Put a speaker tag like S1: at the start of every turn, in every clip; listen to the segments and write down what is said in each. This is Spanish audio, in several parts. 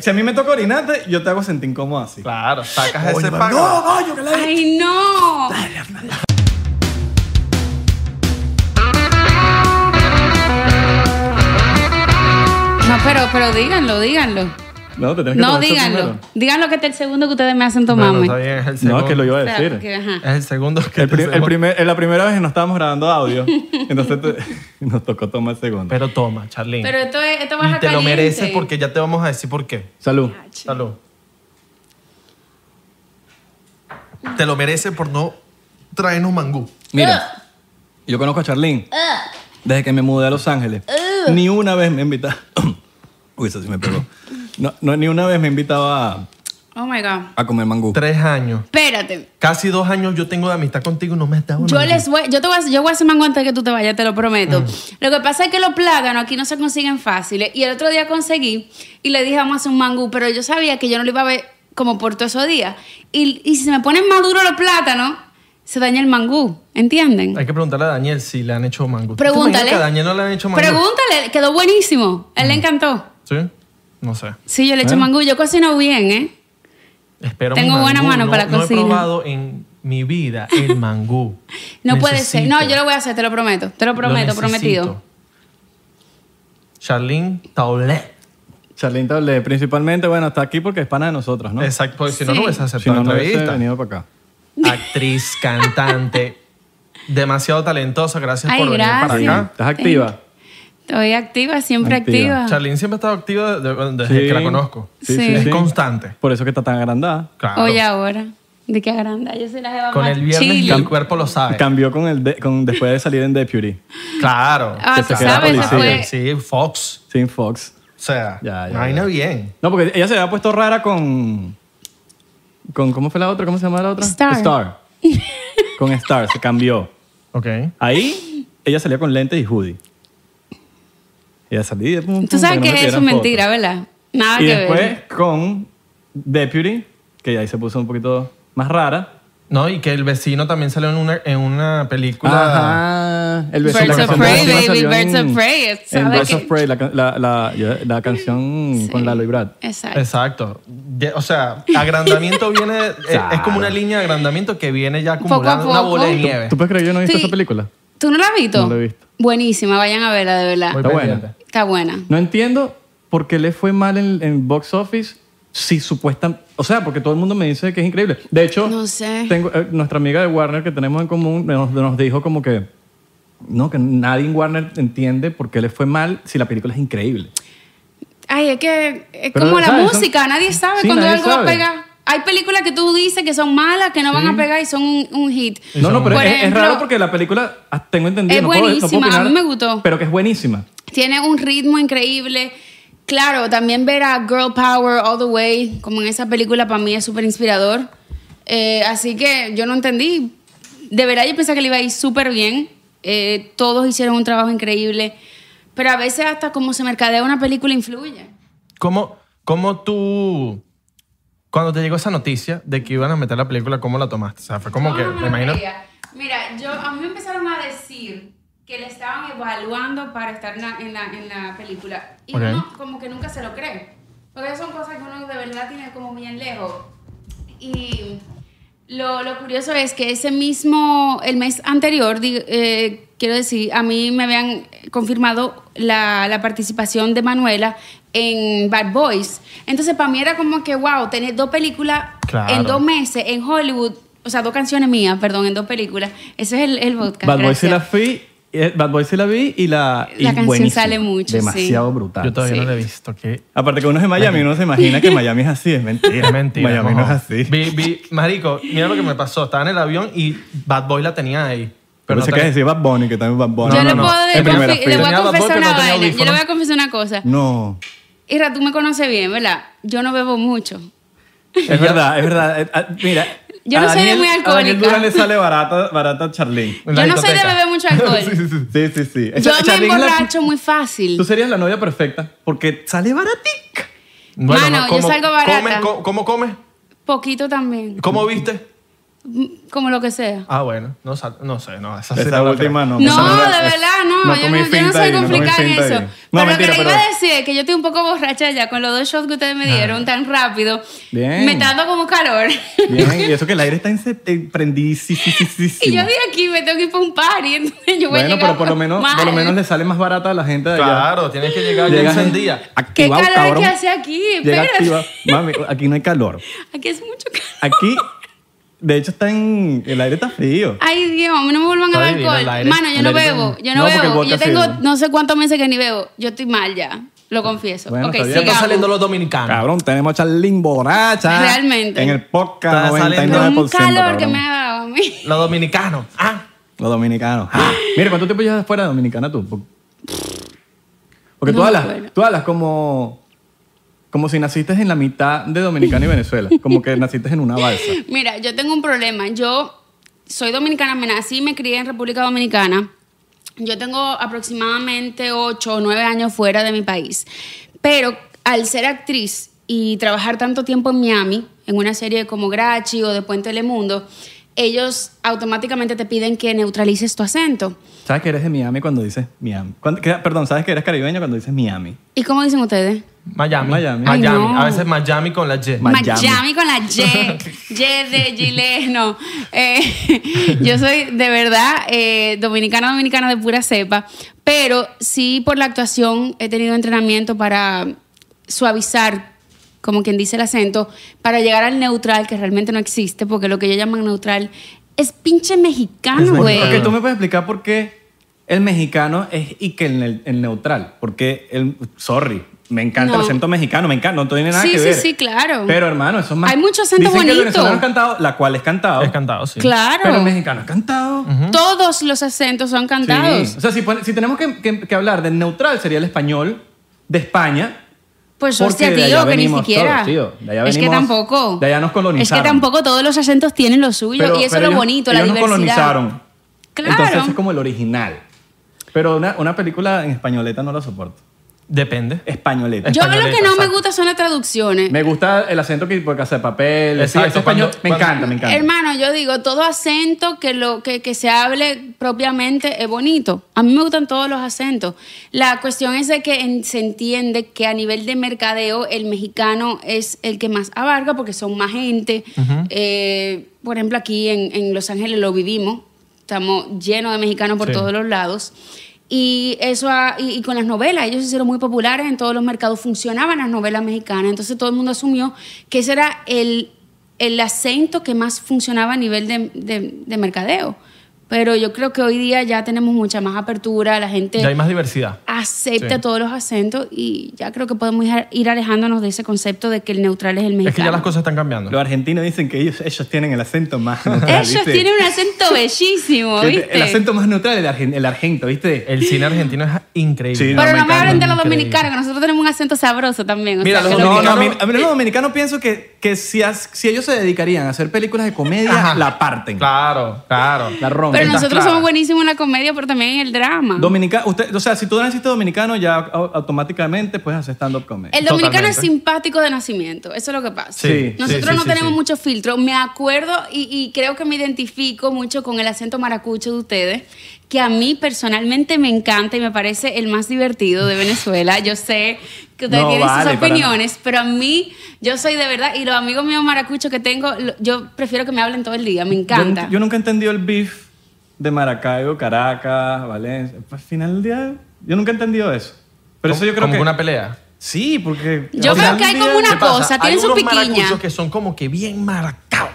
S1: Si a mí me toca orinarte, yo te hago sentir incómodo así.
S2: Claro, sacas
S1: Oye,
S2: ese
S1: mano,
S2: pago.
S1: No, coño, que la
S3: ¡Ay, no! No, pero, pero díganlo, díganlo.
S1: No, te tienes que
S3: No,
S1: tomar eso
S3: díganlo.
S1: primero.
S3: Díganlo que este es el segundo que ustedes me hacen
S2: No, no
S3: tomarme.
S2: está bien, es el segundo.
S1: No, que lo iba a
S3: Espera,
S1: decir.
S3: porque, ajá.
S2: Es el segundo que
S1: El
S2: te
S1: pri- el
S2: hacemos.
S1: primer- la primera vez que no estábamos grabando audio, entonces te- nos tocó tomar el segundo.
S2: Pero toma, Charlene.
S3: Pero esto, es- esto baja
S2: y te lo
S3: caliente.
S2: mereces porque ya te vamos a decir por qué.
S1: Salud.
S2: Salud. Te lo mereces por no traernos mangú.
S1: Mira,
S3: Uh.
S1: yo conozco a Charlene
S3: Ah,
S1: desde que me mudé a Los Ángeles.
S3: Uh.
S1: Ni una vez me invitaba. Uy, eso sí me pegó. No, no, ni una vez me invitaba a,
S3: Oh, my God.
S1: a comer mangú.
S2: Tres años.
S3: Espérate.
S2: Casi dos años yo tengo de amistad contigo y no me has dado
S3: Yo
S2: mangú.
S3: les voy, yo te voy a, yo voy a hacer mango antes de que tú te vayas, te lo
S2: Mm.
S3: prometo. Lo que pasa es que los plátanos aquí no se consiguen fáciles. Y el otro día conseguí y le dije, vamos a hacer un mangú, pero yo sabía que yo no lo iba a ver como por todos esos días. Y, y si se me ponen maduros los plátanos, se daña el mangú, ¿entienden?
S2: Hay que preguntarle a Daniel si le han hecho mangú. ¿Tú te imaginas
S3: Pregúntale.
S2: Que a Daniel no le han hecho mangú. Mm.
S3: Pregúntale, quedó buenísimo. A él le encantó.
S2: ¿Sí? No sé.
S3: Sí, yo le echo
S1: Bueno.
S3: mangú, yo cocino bien, ¿eh?
S2: Espero
S3: Tengo
S2: mi
S3: buena
S2: mangú.
S3: mano
S2: no,
S3: para la
S2: no
S3: cocina.
S2: he probado en mi vida el mangú.
S3: No puede ser. No,
S2: Necesito.
S3: yo lo voy a hacer, te lo prometo. Te lo prometo,
S2: necesito.
S3: prometido.
S2: Charlene Taulet.
S1: Charlene Tablé, principalmente, bueno, está aquí porque es pana de nosotros, ¿no?
S2: Exacto, porque si no, no
S3: Sí.
S2: hubiese
S1: Si
S2: aceptado
S1: no, no
S2: la
S1: hubiese
S2: entrevista.
S1: venido para acá.
S2: Actriz, cantante, demasiado talentosa. Gracias
S3: Ay,
S2: por venir
S3: gracias.
S2: para acá.
S1: ¿Estás activa?
S3: Estoy activa, siempre
S1: Activa.
S3: activa.
S2: Charlene siempre ha estado activa de- de- desde
S1: Sí.
S2: que la conozco.
S3: Sí, sí,
S2: Es
S1: sí.
S2: constante.
S1: Por eso que está tan agrandada.
S2: Claro.
S3: Oye, ahora. ¿De qué agranda? Yo soy la jeva
S2: Con
S3: más
S2: el viernes
S3: chili.
S2: que el cuerpo lo sabe.
S1: Cambió con el de- con, después de salir en Deputy,
S2: Claro.
S3: Ah,
S1: que
S3: tú
S1: se queda
S3: sabes,
S1: policía.
S3: esa fue...
S2: Sí, Fox.
S1: sin Fox.
S2: O sea,
S1: Ya, ya,
S2: una vaina bien.
S1: No, porque ella se había puesto rara con. con ¿Cómo fue la otra? ¿Cómo se llama la otra?
S3: Star.
S1: con Star, se cambió.
S2: Ok.
S1: Ahí ella salía con lentes y hoodie. Ella salía. pum,
S3: Tú
S1: pum,
S3: sabes
S1: para
S3: que
S1: no le
S3: eso es
S1: pidieran
S3: mentira,
S1: fotos.
S3: ¿verdad? Nada
S1: Y
S3: que
S1: después
S3: ver.
S1: con Deputy, que ahí se puso un poquito más rara.
S2: No, y que el vecino también salió en una, en una película.
S1: Ajá. El
S3: Birds
S1: la
S3: of
S1: canción
S3: Prey,
S1: de Barcelona
S3: baby,
S1: salió
S3: Birds
S1: en-
S3: of Prey,
S1: En
S3: ¿sabes
S1: Birds
S3: qué?
S1: of Prey, la, ca- la, la, yo- la canción con Lalo y Brad.
S3: Exacto.
S2: Exacto. Ya, O sea, agrandamiento viene. es, es como una línea de agrandamiento que viene ya
S3: Poco a
S2: acumulando una
S3: poco.
S2: bola de
S3: Tú-
S2: nieve.
S1: ¿Tú puedes creer que yo no he visto
S3: Sí.
S1: esa película?
S3: ¿Tú no la has visto?
S1: No la he visto.
S3: Buenísima, vayan a verla, de verdad.
S2: Voy
S1: Está buena.
S2: pendiente.
S3: Está buena.
S1: No entiendo por qué le fue mal en, en box office si supuestan... O sea, porque todo el mundo me dice que es increíble. De hecho,
S3: No sé.
S1: tengo, eh, nuestra amiga de Warner que tenemos en común nos, nos dijo como que... No, que nadie en Warner entiende por qué le fue mal si la película es increíble.
S3: Ay, es que es
S1: Pero,
S3: como la
S1: ¿sabes?
S3: música, nadie sabe
S1: Sí,
S3: cuando
S1: nadie
S3: algo va
S1: sabe.
S3: a pegar. Hay películas que tú dices que son malas, que no van a pegar y son un, un hit.
S1: No, no, pero
S3: Por
S1: es, es
S3: ejemplo,
S1: raro porque la película, ah, tengo entendido,
S3: es
S1: no puedo- no puedo
S3: buenísima, a
S1: opinar,
S3: mí me gustó.
S1: Pero que es buenísima.
S3: Tiene un ritmo increíble. Claro, también ver a Girl Power All the Way, como en esa película, para mí es súper inspirador. Eh, así que yo no entendí. De verdad, yo pensaba que le iba a ir súper bien. Eh, todos hicieron un trabajo increíble. Pero a veces, hasta como se mercadea una película, influye.
S2: ¿Cómo, ¿Cómo tú, cuando te llegó esa noticia de que iban a meter la película, Pues, cómo la tomaste? O sea, fue como
S3: No,
S2: que,
S3: no me
S2: me
S3: lo
S2: imagino,
S3: creía. Mira, yo, a mí me empezaron a decir que le estaban evaluando para estar en la, en la- en la película. Y
S2: Ok.
S3: uno como que nunca se lo cree. Porque son cosas que uno de verdad tiene como bien lejos. Y lo, lo curioso es que ese mismo, el mes anterior, di- eh, quiero decir, a mí me habían confirmado la, la participación de Manuela en Bad Boys. Entonces, para mí era como que, wow, tener dos películas
S2: Claro.
S3: en dos meses en Hollywood. O sea, dos canciones mías, perdón, en dos películas. Ese es el, el podcast.
S1: Bad Boy sí la
S3: gracias.
S1: fui, eh, Bad Boy sí la vi y la... y
S3: La canción
S1: buenísima.
S3: sale mucho, sí.
S1: Demasiado brutal.
S2: yo todavía
S3: Sí.
S2: no la he visto, que
S1: Aparte que uno es de Miami, uno se imagina que Miami es así, es mentira.
S2: es mentira.
S1: Miami
S2: mojón.
S1: no es así.
S2: Vi- vi- marico, mira lo que me pasó, estaba en el avión y Bad Boy la tenía ahí.
S1: pero
S2: Pero
S1: no
S2: no
S1: sé qué
S2: tenía-
S1: decir Bad Bunny, que también Bad Bunny.
S3: Yo
S2: No,
S3: le
S2: no,
S3: puedo
S1: En primera
S3: confi- le voy
S1: fila.
S2: Tenía
S3: a
S2: Bad Boy,
S3: confesar
S2: pero
S3: una
S2: no tenía
S3: vaina. Yo le
S2: audífono.
S3: voy a confesar una cosa.
S1: No.
S3: Ira, tú me conoces bien, ¿verdad? Yo no bebo mucho.
S1: Es verdad, es verdad. Eh, ah, Mira.
S3: Yo
S1: a
S3: no soy de
S1: Daniel-
S3: muy
S1: A Daniel
S3: alcohólica.
S1: Durán le sale barata, barata Charlene.
S2: en la
S3: Yo no soy de
S2: discoteca.
S3: beber mucho alcohol.
S1: Sí, sí, sí.
S3: Yo me
S1: Charlene es la-
S3: emborracho muy fácil.
S1: Tú serías la novia perfecta porque sale baratica.
S2: Bueno,
S3: Mano, yo
S2: ¿cómo-
S3: salgo barata.
S2: comes? ¿Cómo- ¿Cómo comes?
S3: Poquito también.
S2: ¿Cómo viste?
S3: mm, como lo que sea.
S2: Ah, bueno. No, sal- no sé, no. Esa, sí
S1: Esa
S2: no la
S1: última
S2: creo.
S1: no.
S3: No,
S1: esa
S3: de verdad, no. yo,
S1: comí
S3: no yo no
S1: finta
S3: soy
S1: ahí, comí
S3: complicada en
S1: finta
S3: eso.
S1: ahí.
S3: pero
S1: mentira,
S3: lo que le
S1: pero- Ah.
S3: iba a decir es que yo estoy un poco borracha ya con los dos shots que ustedes me dieron tan rápido.
S1: Bien.
S3: Me está dando como calor.
S1: Bien, y eso que el aire está en
S3: y yo
S1: prendidísimo.
S3: de aquí me tengo que ir para un party. Entonces yo voy a
S1: Bueno,
S3: llegar
S1: pero por lo menos,
S3: mal.
S1: por lo menos le sale más barata a la gente de allá.
S2: Claro, tienes que llegar ya
S1: Llegas
S2: encendida.
S3: ¿Qué
S1: activado,
S3: calor
S1: cabrón.
S3: que hace aquí?
S1: Llega
S3: Espérate.
S1: activa. Mami, aquí no hay calor.
S3: Aquí hace mucho calor.
S1: Aquí, de hecho, está en. El aire está frío.
S3: Ay, Dios, a mí no me vuelvan
S2: Está
S3: a dar
S2: divino el
S3: alcohol.
S2: aire.
S3: Mano, yo
S1: El
S3: no
S1: aire
S3: bebo.
S1: está-
S3: Yo
S1: No,
S3: no,
S1: porque
S3: bebo.
S1: vodka
S3: Yo tengo
S1: sirve.
S3: no sé cuántos meses que ni bebo. Yo estoy mal ya. Lo confieso.
S1: Bueno,
S3: ok,
S1: está bien.
S2: Ya están
S3: sigamos.
S2: saliendo los dominicanos.
S1: Cabrón, tenemos a Charlín borracha.
S3: Realmente.
S1: En el podcast
S2: Está saliendo.
S3: Pero
S1: 99%.
S3: un calor que
S1: cabrón.
S3: me ha dado a mí.
S2: Los dominicanos. Ah.
S1: Los dominicanos. Ah, Mira, ¿cuánto tiempo llevas fuera de Dominicana tú? Por- Porque tú,
S3: No me
S1: hablas,
S3: acuerdo.
S1: tú hablas como, como si naciste en la mitad de Dominicana y Venezuela. Como que naciste en una balsa.
S3: Mira, yo tengo un problema. Yo soy dominicana, me nací y me crié en República Dominicana. Yo tengo aproximadamente 8 o 9 años fuera de mi país. Pero al ser actriz y trabajar tanto tiempo en Miami, en una serie como Grachi o después en Telemundo, ellos automáticamente te piden que neutralices tu acento.
S1: ¿Sabes que eres de Miami cuando dices Miami? Cuando- que- perdón, ¿sabes que eres caribeño cuando dices Miami?
S3: ¿Y cómo dicen ustedes?
S2: Miami.
S1: Miami.
S3: Ay, no.
S2: A veces Miami con la Y.
S1: Ma- Miami.
S3: con la Y. Y de Gile, no. Eh, yo soy de verdad eh, dominicana, dominicana de pura cepa. Pero sí, por la actuación he tenido entrenamiento para suavizar, como quien dice el acento, para llegar al neutral, que realmente no existe, porque lo que ellos llaman neutral es pinche
S1: Es
S3: mexicano, güey.
S1: mexicano. Ok, tú me puedes explicar por qué el mexicano es y que el, el neutral. Porque el. Sorry. Me encanta
S3: No.
S1: el acento mexicano, me encanta, no tiene nada
S3: Sí,
S1: que
S3: sí,
S1: ver.
S3: sí, claro.
S1: Pero hermano, eso es más.
S3: Hay mucho acento
S1: Dicen Que el
S3: bonito.
S1: venezolano es cantado, la cual es cantado.
S2: Es cantado, sí.
S3: Claro.
S1: Pero el mexicano es cantado.
S3: Todos los acentos son cantados.
S1: Sí. O sea, si, pone- si tenemos que, que- que hablar del neutral, sería el español de España.
S3: Pues
S1: Porque
S3: hostia,
S1: de allá
S3: tío, que ni
S1: venimos
S3: siquiera.
S1: todos, tío. De allá
S3: es que
S1: venimos-
S3: tampoco.
S1: de allá nos colonizaron.
S3: Es que tampoco todos los acentos tienen lo suyo
S1: Pero-
S3: y eso es
S1: pero
S3: lo
S1: ellos-
S3: bonito, la
S1: ellos nos
S3: diversidad.
S1: colonizaron.
S3: Claro.
S1: Entonces es como el original. Pero una, una película en españoleta no la soporto.
S2: Depende.
S1: Españoleta.
S3: Yo lo que no me
S2: Exacto.
S3: gusta son las traducciones.
S1: Me gusta el acento que por casa de papel.
S2: Exacto,
S1: sí, este español-
S2: cuando-
S1: me
S2: cuando-
S1: encanta, me encanta.
S3: Hermano, yo digo, todo acento que, lo, que, que se hable propiamente es bonito. A mí me gustan todos los acentos. La cuestión es de que en- se entiende que a nivel de mercadeo el mexicano es el que más abarca porque son más gente. Eh, por ejemplo, aquí en, en Los Ángeles lo vivimos. Estamos llenos de mexicanos por
S2: Sí.
S3: todos los lados. Y eso ha- y, y con las novelas, ellos se hicieron muy populares en todos los mercados, funcionaban las novelas mexicanas, entonces todo el mundo asumió que ese era el, el acento que más funcionaba a nivel de, de- de mercadeo. Pero yo creo que hoy día ya tenemos mucha más apertura, la gente
S2: Ya hay más diversidad.
S3: acepta
S2: Sí.
S3: todos los acentos y ya creo que podemos ir- ir alejándonos de ese concepto de que el neutral es el mexicano.
S2: Es que ya las cosas están cambiando.
S1: Los argentinos dicen que ellos, ellos tienen el acento más neutral.
S3: Ellos
S1: ¿viste?
S3: tienen un acento bellísimo,
S1: Que
S3: ¿viste?
S1: El acento más neutral es el, argen- el argento, ¿viste?
S2: El cine argentino es increíble.
S1: Sí,
S3: Pero
S1: No,
S3: no
S1: me
S3: me hablen de los
S2: encanta.
S3: dominicanos, que nosotros tenemos un acento sabroso también. o
S2: Mira,
S3: sea,
S2: los
S3: que lo-
S1: No, no, a mí,
S2: dominicanos-
S1: a mí los dominicanos pienso que, que si, as- si ellos se dedicarían a hacer películas de comedia,
S2: Ajá.
S1: la parten.
S2: Claro, claro.
S1: La rompen.
S3: Pero
S2: Estás
S3: nosotros
S2: clara.
S3: somos buenísimos en la comedia, pero también en el drama.
S1: Dominica- usted, o sea, si tú naciste dominicano, ya au- automáticamente puedes hacer stand-up comedy.
S3: el dominicano
S2: Totalmente.
S3: es simpático de nacimiento, eso es lo que pasa.
S1: Sí,
S3: Nosotros
S2: sí, sí,
S3: no
S2: sí,
S3: tenemos
S2: sí.
S3: mucho filtro. Me acuerdo y, y creo que me identifico mucho con el acento maracucho de ustedes, que a mí personalmente me encanta y me parece el más divertido de Venezuela. Yo sé que ustedes
S1: No
S3: tienen
S1: vale,
S3: sus
S1: para
S3: opiniones, pero a mí, yo soy de verdad, y los amigos míos maracuchos que tengo, lo- yo prefiero que me hablen todo el día, me
S1: Yo
S3: encanta.
S1: nunca- Yo, nunca he entendido el beef de Maracaibo, Caracas, Valencia. Al final del día, yo nunca he entendido eso. Pero eso yo creo
S2: como
S1: que...
S2: una pelea.
S1: Sí, porque...
S3: Yo
S1: al
S3: creo
S1: final
S3: que hay
S1: del
S3: como
S1: día-
S3: una-
S2: ¿Qué pasa?
S3: cosa, tienen
S2: Hay
S3: su
S2: unos
S3: piquiña.
S2: maracuchos que son como que bien maracao.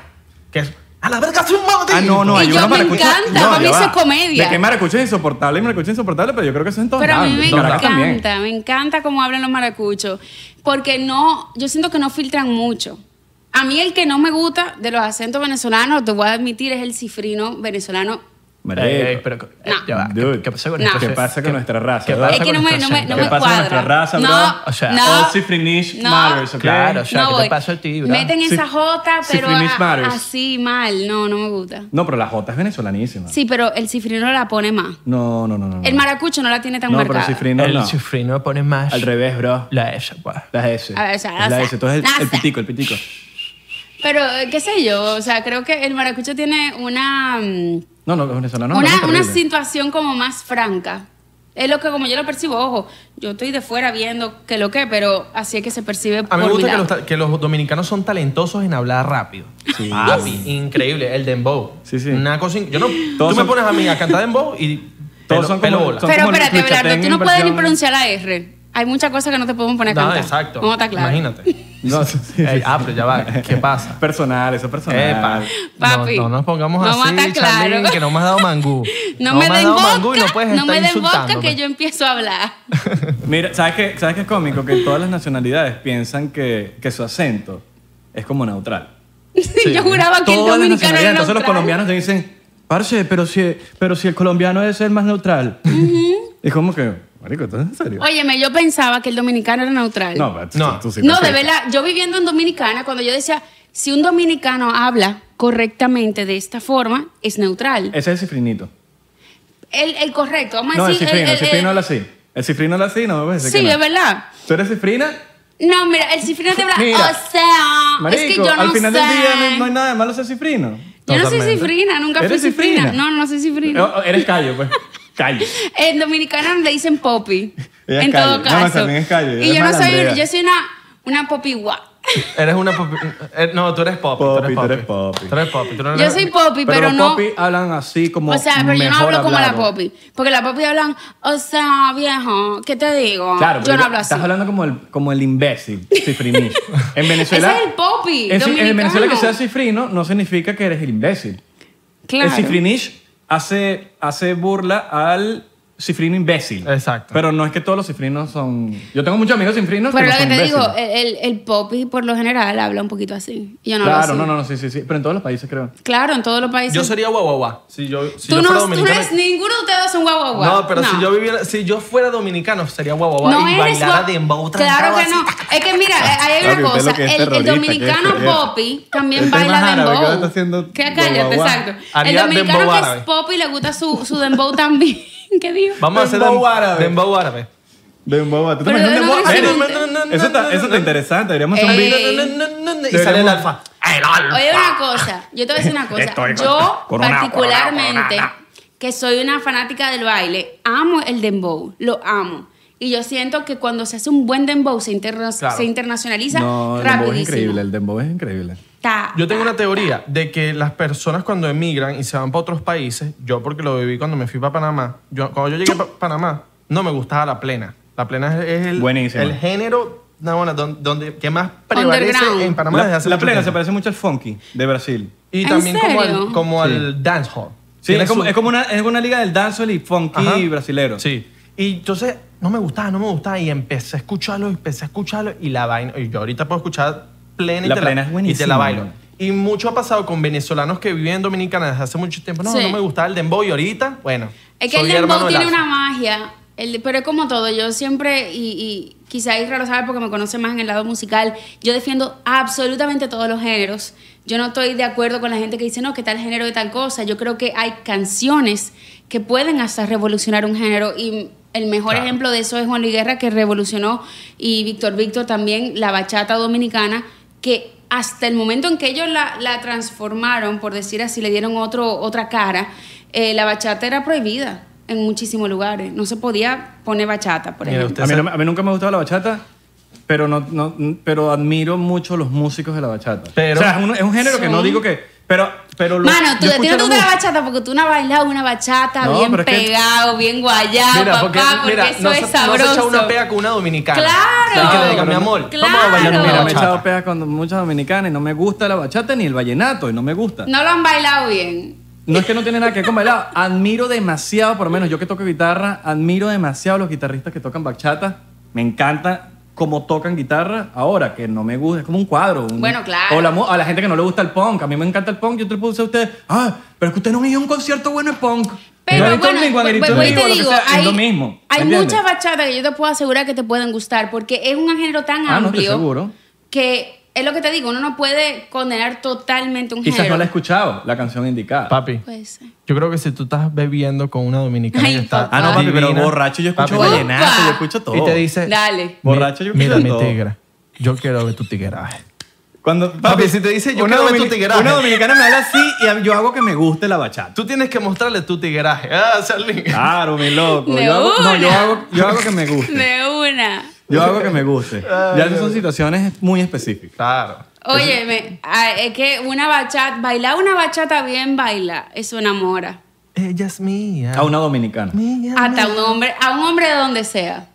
S2: Que es, a la verga soy un mamá.
S1: Ah, no, no,
S3: Y
S1: hay
S3: yo
S1: una
S3: me
S1: maracucha-
S3: encanta,
S1: No,
S3: para mí
S1: ya
S3: eso
S1: va.
S3: es comedia.
S1: De que maracucho es insoportable y maracucho es insoportable, pero Ah, yo creo que eso es en todos
S3: Pero a mí
S1: lados.
S3: me
S1: En Caracas también.
S3: encanta, me encanta cómo hablan los maracuchos, porque no, yo siento que no filtran mucho. A mí el que no me gusta de los acentos venezolanos, te voy a admitir, es el cifrino venezolano.
S1: Marico.
S2: Ey, ey, pero- eh,
S3: No.
S2: ya va.
S1: Dude,
S2: ¿Qué pasa con
S3: No.
S2: esto?
S1: ¿Qué pasa con nuestra raza?
S2: ¿Qué
S1: verdad?
S2: pasa
S3: Es que
S2: con
S3: no me,
S2: nuestro
S3: no me, no
S2: acento?
S1: ¿Qué
S3: me
S1: pasa con nuestra
S3: cuadra.
S1: raza,
S3: no,
S1: bro?
S2: O sea,
S3: no,
S1: all cifrinish
S3: no,
S1: matters, ¿ok?
S2: Claro, o sea,
S3: no
S2: ¿qué te
S3: voy.
S2: pasa a ti, bro?
S3: Meten esa
S1: Cif-
S3: jota, pero
S1: cifrinish
S3: a-
S1: matters.
S3: así mal, no, no me gusta.
S1: No, pero la J es venezolanísima.
S3: Sí, pero el cifrino la pone más.
S1: No, no, no, no. no.
S3: El maracucho no la tiene tan
S1: No, pero
S3: marcada.
S1: el cifrino
S2: el
S1: no.
S2: chifrino pone más
S1: Al revés, bro.
S2: la esa, pues.
S1: La S.
S3: A ver, o sea,
S1: Es la
S3: raza,
S1: S. Entonces el, el
S3: raza.
S1: pitico, el pitico.
S3: Pero eh, qué sé yo, o sea, creo que el maracucho tiene una, mm,
S1: No, no, los venezolanos.
S3: una,
S1: hablamos
S3: una
S1: terrible.
S3: situación como más franca. Es lo que como yo lo percibo, ojo, yo estoy de fuera viendo que lo que, pero así es que se percibe
S2: A
S3: por
S2: mí me
S3: mi
S2: gusta que
S3: lado.
S2: los, ta- que los dominicanos son talentosos en hablar rápido.
S1: Sí.
S2: Papi, increíble. El dembow.
S1: Sí, sí.
S2: Una cosa... in- Yo no, tú
S1: Todos
S2: me
S1: son-
S2: pones a mí a cantar dembow y
S1: Todos son
S2: pelo-
S1: como-
S2: pelo bola.
S1: son-
S3: Pero
S1: como el
S3: espérate, Abelardo, tú
S1: Luchaten
S3: no puedes ni
S1: versión-
S3: pronunciar la R. Hay muchas cosas que no te podemos poner a
S2: No,
S3: cantar.
S2: exacto.
S3: Vamos a estar claros.
S2: Imagínate.
S1: No, sí, sí,
S2: Ey,
S1: sí.
S2: ah, pero ya va. ¿Qué pasa?
S1: Personal, eso es
S2: Epa.
S1: personal.
S3: Papi,
S2: No, no nos pongamos
S3: vamos a
S2: así,
S3: estar
S2: Charlene,
S3: claros.
S2: que no me has dado mangú.
S3: No, me
S2: has
S3: den
S2: dado mangú y no
S3: boca,
S2: puedes
S3: no,
S2: estar
S3: me den boca
S2: insultándome.
S3: que yo empiezo a hablar.
S1: Mira, ¿sabes qué, ¿sabes qué es cómico? Que todas las nacionalidades piensan que, que su acento es como neutral.
S3: yo juraba que el
S1: Todas las
S3: dominicano
S1: nacionalidades.
S3: era
S1: Entonces los
S3: neutral.
S1: colombianos te dicen, parce, pero si, pero si el colombiano es el más neutral. Es como que, marico, ¿estás en serio?
S3: Óyeme, yo pensaba que el dominicano era neutral.
S1: No, pero tú-
S2: No.
S1: tú sí
S3: no, de
S1: perfecto.
S3: verdad, yo viviendo en Dominicana, cuando yo decía, si un dominicano habla correctamente de esta forma, es neutral.
S1: Ese es el cifrinito.
S3: El, el correcto, vamos
S1: Eh.
S3: a
S1: No, el
S3: decir...
S1: cifrino, el cifrino habla así. El cifrino habla así, no me parece
S3: Sí,
S1: que no.
S3: es verdad.
S1: ¿Tú eres cifrina?
S3: No, mira, el cifrino te habla,
S1: Mira,
S3: o sea,
S1: Marico,
S3: es que yo no
S1: al final
S3: sé.
S1: del día no, no hay nada de malo ser cifrino.
S3: yo no soy
S2: Totalmente.
S3: cifrina, nunca fui
S1: ¿Eres
S3: cifrina.
S1: cifrina?
S3: No, no soy cifrina.
S1: O- o Eres callo, pues. Callo.
S3: En dominicano le dicen popi.
S1: Ella es
S3: en todo
S1: calle. No,
S3: caso.
S1: también es calle,
S3: y
S1: es
S3: yo no soy,
S1: malandrea.
S3: yo soy una, una popi guap.
S2: Eres una popi. eh, No, tú eres popi.
S1: Popi, tú eres popi.
S2: Tú eres popi. tú no
S3: Yo
S2: eres-
S3: soy popi, pero,
S1: los
S3: no.
S1: popi hablan así como.
S3: O sea, pero yo no
S1: mejor
S3: hablo como la
S1: hablado.
S3: popi. Porque la popi hablan, o sea, viejo, ¿qué te digo?
S1: Claro,
S3: yo
S1: pero
S3: no hablo así.
S1: Estás hablando como el, como el imbécil, cifriní. En Venezuela.
S3: Ese es el popi
S1: en- en
S3: dominicano.
S1: Venezuela que seas cifrino no significa que eres el imbécil.
S3: Claro.
S1: El cifrinish hace, hace burla al cifrino imbécil.
S2: Exacto.
S1: Pero no es que todos los cifrinos son. Yo tengo muchos amigos cifrinos
S3: Pero
S1: que
S3: lo
S1: no son
S3: que te digo,
S1: imbéciles.
S3: el, el, el popi por lo general habla un poquito así. Y yo eh, no hablo
S1: claro,
S3: así.
S1: no, no, no, sí, sí, sí. Pero en todos los países creo.
S3: Claro, en todos los países.
S2: Yo sería guau, guau, guau. Si yo, si
S3: tú,
S2: yo
S3: no,
S2: fuera
S3: tú no
S2: dominicano-
S3: eres, ninguno de ustedes es un guau guau guau.
S2: No, pero si yo viviera, si yo fuera dominicano, sería guau, guau, guau.
S3: No
S2: y
S3: eres
S2: bailara
S3: guau-
S2: dembow trancado
S3: Claro que
S2: así.
S3: no. Es que mira, eh, ahí hay
S1: Papi,
S3: una
S1: usted
S3: cosa.
S1: lo que es
S3: El, el
S1: terrorista,
S3: dominicano
S1: que es-
S3: popi también
S1: Usted es
S3: baila
S1: más árabe,
S3: dembow.
S1: que ahora está haciendo
S3: que
S1: guau,
S3: cállate,
S1: guau, guau.
S3: exacto. El
S2: Haría
S3: dominicano
S2: dembow
S3: que
S2: árabe.
S3: es popi le gusta su, su dembow también. ¿Qué dijo?
S2: Vamos a hacer
S1: Dembow
S2: dem-
S1: árabe.
S2: Dembow árabe.
S1: De un boba. ¿Tú te
S3: Pero
S1: imaginas
S3: no
S1: un boba?
S3: eres
S1: Ven,
S3: un-
S1: Eso está, eso está interesante. Deberíamos hacer un
S3: Ey.
S1: video.
S2: Y sale el
S1: Deberíamos-
S2: alfa. El alfa.
S3: Oye, una cosa, yo te voy a decir una cosa.
S1: Estoy con-
S3: yo,
S1: coronado,
S3: particularmente,
S1: coronado,
S3: que soy una fanática del baile, amo el dembow, lo amo. Y yo siento que cuando se hace un buen dembow se, interna-
S2: Claro.
S3: se internacionaliza
S1: No, el dembow es
S3: rapidísimo.
S1: increíble. El dembow es increíble.
S3: Ta,
S2: Yo tengo una teoría de que las personas cuando emigran y se van para otros países, yo porque lo viví cuando me fui para Panamá, yo, cuando yo llegué a Panamá, no me gustaba la plena. La plena es, es el,
S1: Buenísima.
S2: el género no, bueno, don- donde, que más prevalece
S3: Underground.
S2: en Panamá desde
S1: La,
S2: hace
S1: la
S2: mucho
S1: plena se
S2: tiempo.
S1: parece mucho al funky de Brasil.
S2: Y
S3: ¿En
S2: también como
S3: serio?
S2: al, como
S1: Sí.
S2: al dancehall.
S1: Sí,
S2: Tiene
S1: es como,
S2: su-
S1: es como una, es una liga del dancehall y funky
S2: Ajá.
S1: brasilero.
S2: Sí. Y entonces no me gustaba, no me gustaba. Y empecé a escucharlo, empecé a escucharlo. Y la vaina. Y yo ahorita puedo escuchar plena y,
S1: La
S2: te,
S1: plena
S2: la,
S1: es
S2: y te
S1: buenísima.
S2: la bailo. Y mucho ha pasado con venezolanos que viven en Dominicana desde hace mucho tiempo. No,
S3: Sí.
S2: no me gustaba el dembow. Y ahorita, bueno.
S3: Es que
S2: soy
S3: el dembow
S2: hermano del
S3: tiene
S2: Alfa.
S3: una magia, el- pero es como todo. Yo siempre, y, y quizá Isra lo sabe porque me conoce más en el lado musical, yo defiendo absolutamente todos los géneros. Yo no estoy de acuerdo con la gente que dice, no, que tal género de tal cosa. Yo creo que hay canciones que pueden hasta revolucionar un género y el mejor
S2: Claro.
S3: ejemplo de eso es Juan Luis Guerra que revolucionó y Víctor Víctor también, la bachata dominicana, que hasta el momento en que ellos la, la transformaron, por decir así, le dieron otro, otra cara, eh, la bachata era prohibida en muchísimos lugares. No se podía poner bachata, por
S2: Mira
S3: ejemplo.
S1: A mí, no me- a mí nunca me ha gustado la bachata, pero, no, no- pero admiro mucho los músicos de la bachata.
S2: Pero-
S1: o sea, es un, es un género que no
S3: Sí.
S1: digo que... Pero, pero lo-
S3: Mano, tú
S1: yo
S3: a ti no
S1: escucho la
S3: te gusta la
S1: música-
S3: bachata porque tú no has bailado una bachata
S1: No,
S3: bien
S1: pero es que-
S3: pegado, bien guayado, papá, porque,
S2: mira,
S3: eso
S2: no, se-
S3: es
S2: no se echa
S3: sabroso.
S2: una pega con una dominicana.
S3: Claro.
S2: Y que le diga, mi
S1: Claro.
S2: amor, vamos a bailar una
S1: Mira, me he
S2: bachata.
S1: echado peas con muchas dominicanas y no me gusta la bachata ni el vallenato y no me gusta.
S3: no lo han bailado bien.
S1: No es que no tiene nada que ver con bailar. Admiro demasiado, por lo menos yo que toco guitarra, admiro demasiado a los guitarristas que tocan bachata. Me encanta cómo tocan guitarra. Ahora, que no me gusta, es como un cuadro. un-
S3: Bueno, claro.
S1: O la mu- a la gente que no le gusta el punk. A mí me encanta el punk. Yo te puse a usted, ah, pero es que usted no ha ido a un concierto bueno de punk.
S3: Pero
S1: No ha visto
S3: bueno,
S1: ni Juan
S3: pues-
S1: Grito
S3: pues-
S1: en vivo,
S3: pues te
S1: lo que
S3: digo,
S1: sea,
S3: hay,
S1: es lo mismo. ¿me
S3: hay
S1: entiendes?
S3: muchas bachatas que yo te puedo asegurar que te pueden gustar porque es un género tan
S1: Ah, no, estoy
S3: amplio
S1: seguro.
S3: que es lo que te digo, uno no puede condenar totalmente un
S1: Quizás
S3: género.
S1: no la he escuchado, la canción indicada.
S2: Papi,
S3: Puede ser.
S2: yo creo que si tú estás bebiendo con una dominicana
S3: Ay,
S2: que está
S3: papá.
S1: ah, no, papi, pero
S2: divina,
S1: borracho yo escucho
S2: papi,
S1: vallenato,
S3: Opa.
S1: yo escucho todo.
S2: Y te dice,
S3: Dale.
S1: Borracho yo
S2: mira
S1: quiero
S2: mi
S1: todo".
S2: tigre, yo quiero ver tu tigre.
S1: Cuando,
S2: Papi, si te dice, yo
S1: una,
S2: quiero ver tu
S1: domini-
S2: tigueraje.
S1: una dominicana me habla así y a- yo hago que me guste la bachata.
S2: Tú tienes que mostrarle tu tigueraje. Ah, Charly.
S1: Claro, mi loco.
S3: De
S1: Yo hago, no, yo
S3: una.
S1: hago, yo hago que me guste.
S3: De una.
S1: Yo hago que me guste. Ya son situaciones muy específicas.
S2: Claro.
S1: Pues,
S3: Óyeme, ah, es que una bachata, bailar una bachata bien baila, eso enamora.
S2: Ella es mía.
S1: A una dominicana.
S2: Mía,
S3: Hasta
S2: mía.
S3: un hombre, a un hombre de donde sea.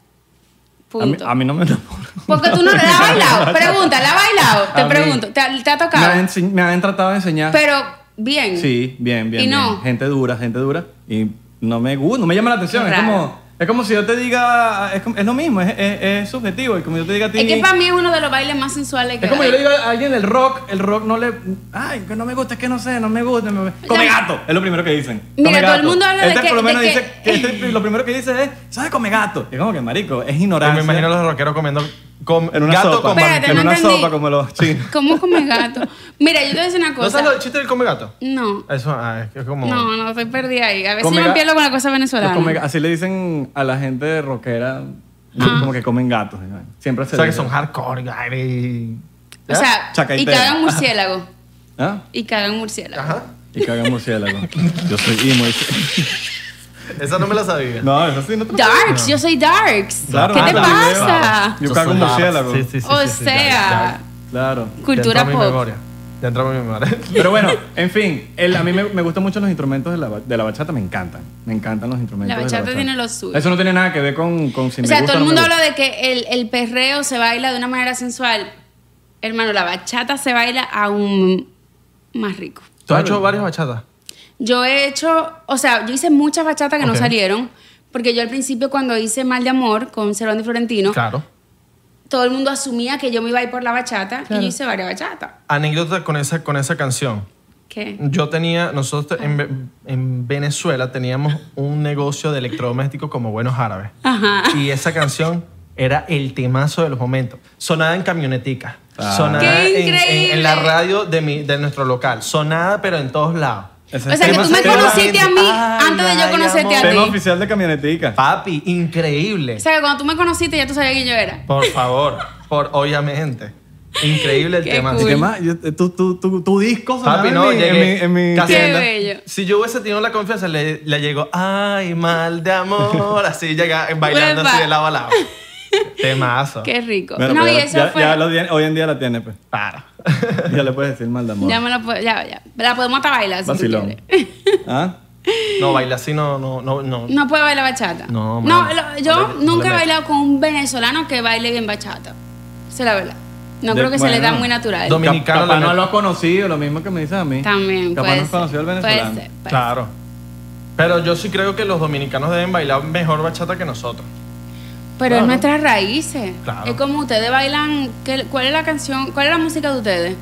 S1: A mí,
S3: Punto.
S1: a mí no me enamora.
S3: Porque tú no la has bailado. Pregunta, ¿la has bailado? Te
S1: A mí.
S3: pregunto, ¿te, ha- te ha
S1: Me han,
S3: tocado?
S1: ense- me han tratado de enseñar.
S3: Pero bien.
S1: Sí, bien, bien.
S3: ¿Y no?
S1: bien. Gente dura, gente dura. Y no me gusta, no me llama la atención.
S3: Qué
S1: Es
S3: raro.
S1: como, es como si yo te diga, es, como- es lo mismo, es, es- es subjetivo. Es como yo te diga a ti.
S3: Es que para mí es uno de los bailes más sensuales que
S1: es como yo
S3: hay.
S1: le digo a alguien del rock, el rock no le. Ay, que no me gusta, es que no sé, no me gusta. me- come
S3: Ya.
S1: gato, es lo primero que dicen.
S3: Mira,
S1: come
S3: todo el
S1: gato.
S3: mundo habla de
S1: Este
S3: que-
S1: Por lo
S3: de
S1: menos
S3: que-
S1: dice, que este lo primero que dice es, ¿sabes come gato? Es como que marico, es
S2: Yo
S1: ignorante.
S2: Pues me imagino a los rockeros comiendo com-
S1: en una
S2: gato
S1: sopa.
S2: con
S3: Espérate,
S2: mantequilla.
S1: en
S3: no
S1: una
S3: entendí.
S1: sopa como los chinos.
S3: ¿Cómo come gato? Mira, yo te voy a decir una
S2: ¿No
S3: cosa.
S2: sabes lo del chiste del come gato?
S3: No,
S2: Eso ah, es que es como.
S3: no, no, estoy perdida ahí. A veces
S1: Come
S3: yo me
S1: ga-
S3: pierdo con la cosa
S1: Los
S3: venezolana.
S1: come- así le dicen a la gente rockera,
S3: Ah.
S1: como que comen gatos. ¿no? Siempre
S2: O
S1: se
S2: sea que
S1: dice.
S2: son hardcore, Gary.
S3: o sea, y
S1: Chacaitera.
S3: cagan murciélago.
S1: ¿Ah?
S3: Y cagan murciélago.
S2: Ajá.
S1: Y cagan murciélago. Yo soy emo. y-
S2: Esa no me la sabía.
S1: No, eso sí, no te
S3: Darks, yo soy Darks.
S1: Claro,
S3: ¿Qué te
S1: claro,
S3: pasa?
S1: Yo cago en murciélago.
S2: Sí, sí, sí,
S3: o
S2: sí, sí,
S3: sea,
S2: ya,
S1: Claro.
S2: ya.
S3: cultura
S2: Ya entró a mi
S3: pop.
S2: memoria. Ya entró a mi memoria.
S1: Pero bueno, en fin, el- a mí me, me gustan mucho los instrumentos de la, ba- de la bachata, me encantan. Me encantan los instrumentos.
S3: La
S1: de
S3: bachata tiene lo suyo.
S1: Eso no tiene nada que ver con, con si
S3: o
S1: me
S3: sea,
S1: gusta
S3: todo el
S1: o no me
S3: mundo
S1: gusta.
S3: habla de que el, el perreo se baila de una manera sensual. Hermano, la bachata se baila aún más rico.
S2: ¿Tú has hecho varias bachatas?
S3: Yo he hecho, o sea, yo hice muchas bachatas que
S2: Ok.
S3: no salieron, porque yo al principio cuando hice Mal de Amor con Cerón de Florentino,
S2: Claro.
S3: todo el mundo asumía que yo me iba a ir por la bachata y yo hice varias bachatas.
S2: Anécdota con esa, con esa canción.
S1: Mm.
S3: ¿Qué?
S2: Yo tenía, nosotros te- en, Ve- en Venezuela teníamos un negocio de electrodomésticos como buenos árabes.
S3: Ajá.
S2: Y esa canción era el temazo de los momentos. Sonada en camioneticas.
S1: Ah.
S2: Sonada
S3: ¡Qué
S2: en, en- en
S3: increíble!
S2: la radio de, mi, de nuestro local. Sonada, pero en todos lados.
S1: Ese
S3: O
S1: es
S3: sea, que
S1: tema-
S3: tú me
S1: tema-
S3: conociste a mí
S2: Ay,
S3: antes de yo
S2: ay,
S3: conocerte a
S2: amor.
S1: Tema
S3: ti.
S1: oficial de camionetica.
S2: Papi, increíble.
S3: O sea, que cuando tú me conociste ya tú sabías quién yo era.
S2: Por favor, por obviamente. Increíble el
S3: Qué
S2: tema.
S1: El
S3: cool.
S1: tema, yo- eh, tu, tu, tu, tu disco sonaba
S2: Papi,
S1: en
S2: no,
S1: mi- en mi-
S2: llegué.
S1: en mi-
S2: casi
S3: Qué
S2: anda-
S3: bello.
S2: Si yo hubiese tenido la confianza, le, le llego, ay, mal de amor, así llega bailando
S3: Uepa.
S2: así de lado a lado. Temazo.
S3: Qué rico.
S1: Bueno,
S3: no,
S1: pero
S3: y
S1: ya-
S3: eso
S1: ya-
S3: fue...
S1: ya lo tiene- hoy en día la tiene, pues.
S2: Para.
S1: Ya le puedes decir mal de amor.
S3: Ya me la puedo, ya, ya. La podemos hasta bailar. Si tú
S1: Vacilón.
S3: quieres.
S1: ¿Ah?
S2: No, baila así, no, no, no, no.
S3: No puedo bailar bachata.
S2: No, mano.
S3: lo- yo
S2: No le- no
S3: nunca
S2: le
S3: he
S2: meto.
S3: bailado con un venezolano que baile bien bachata. Esa es la verdad. No
S1: De-
S3: creo que se le da
S1: bueno.
S3: muy natural.
S2: Domi- Dominicano
S1: Cap- Capaz
S2: le-
S1: no lo has conocido, lo mismo que me dices a mí.
S3: También
S1: Capaz
S3: puede
S1: no has
S3: ser,
S1: conocido al
S3: puede
S1: venezolano.
S3: ser. Pues-
S2: Claro. Pero yo sí creo que los dominicanos deben bailar mejor bachata que nosotros.
S3: Pero es nuestras raíces.
S2: Claro.
S3: Es como ustedes bailan. ¿qué- ¿Cuál es la canción? ¿Cuál es la música de ustedes?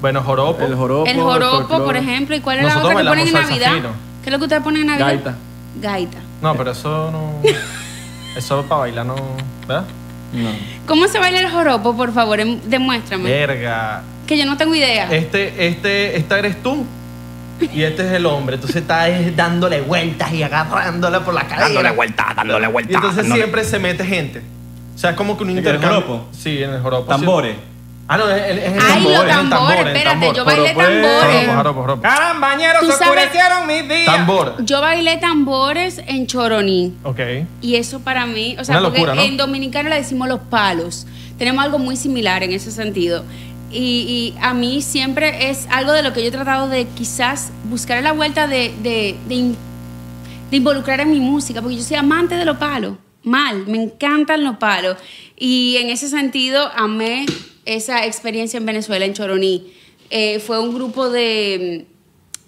S2: Bueno, joropo.
S1: El joropo.
S3: el joropo, por
S1: folclore.
S3: ejemplo. ¿Y cuál es
S2: Nosotros
S3: la otra que ponen en
S2: bailamos salsa
S3: Navidad?
S2: fino.
S3: ¿Qué es lo que ustedes ponen en Navidad?
S1: Gaita.
S3: Gaita.
S2: No, pero eso no. Eso para bailar no. ¿Verdad?
S1: No.
S3: ¿Cómo se baila el joropo, por favor? Em- Demuéstrame.
S2: Eh. Verga.
S3: Que yo no tengo idea.
S2: Este, este, esta eres tú. Y este es el hombre. Entonces está es dándole vueltas y agarrándola por la cadera.
S4: Dándole vuelta, dándole vuelta.
S2: Y entonces
S4: dándole-
S2: siempre se mete gente. O sea, es como que un
S1: ¿En el
S2: intercambio.
S1: joropo?
S2: Sí, en el joropo.
S1: Tambores.
S2: sí. Ah, no, es, es- es el
S3: Ay,
S2: tambor.
S3: los
S2: es el tambor,
S3: tambores,
S2: el
S3: espérate,
S2: tambor.
S3: yo bailé
S1: Joropo eh, es-
S3: tambores.
S2: Joropo, joropo, joropo.
S1: Carambañeros,
S3: Tú sabes-
S1: mis días.
S2: Tambor.
S3: Yo bailé tambores en Choroní.
S2: Ok.
S3: Y eso para mí, o sea,
S2: Una
S3: porque
S2: locura, ¿no?
S3: en dominicano le decimos los palos. Tenemos algo muy similar en ese sentido. Y, y a mí siempre es algo de lo que yo he tratado de quizás buscar la vuelta de, de, de in- de involucrar en mi música, porque yo soy amante de los palos. Mal, me encantan los palos. Y en ese sentido, amé esa experiencia en Venezuela, en Choroní. Eh, fue un grupo de,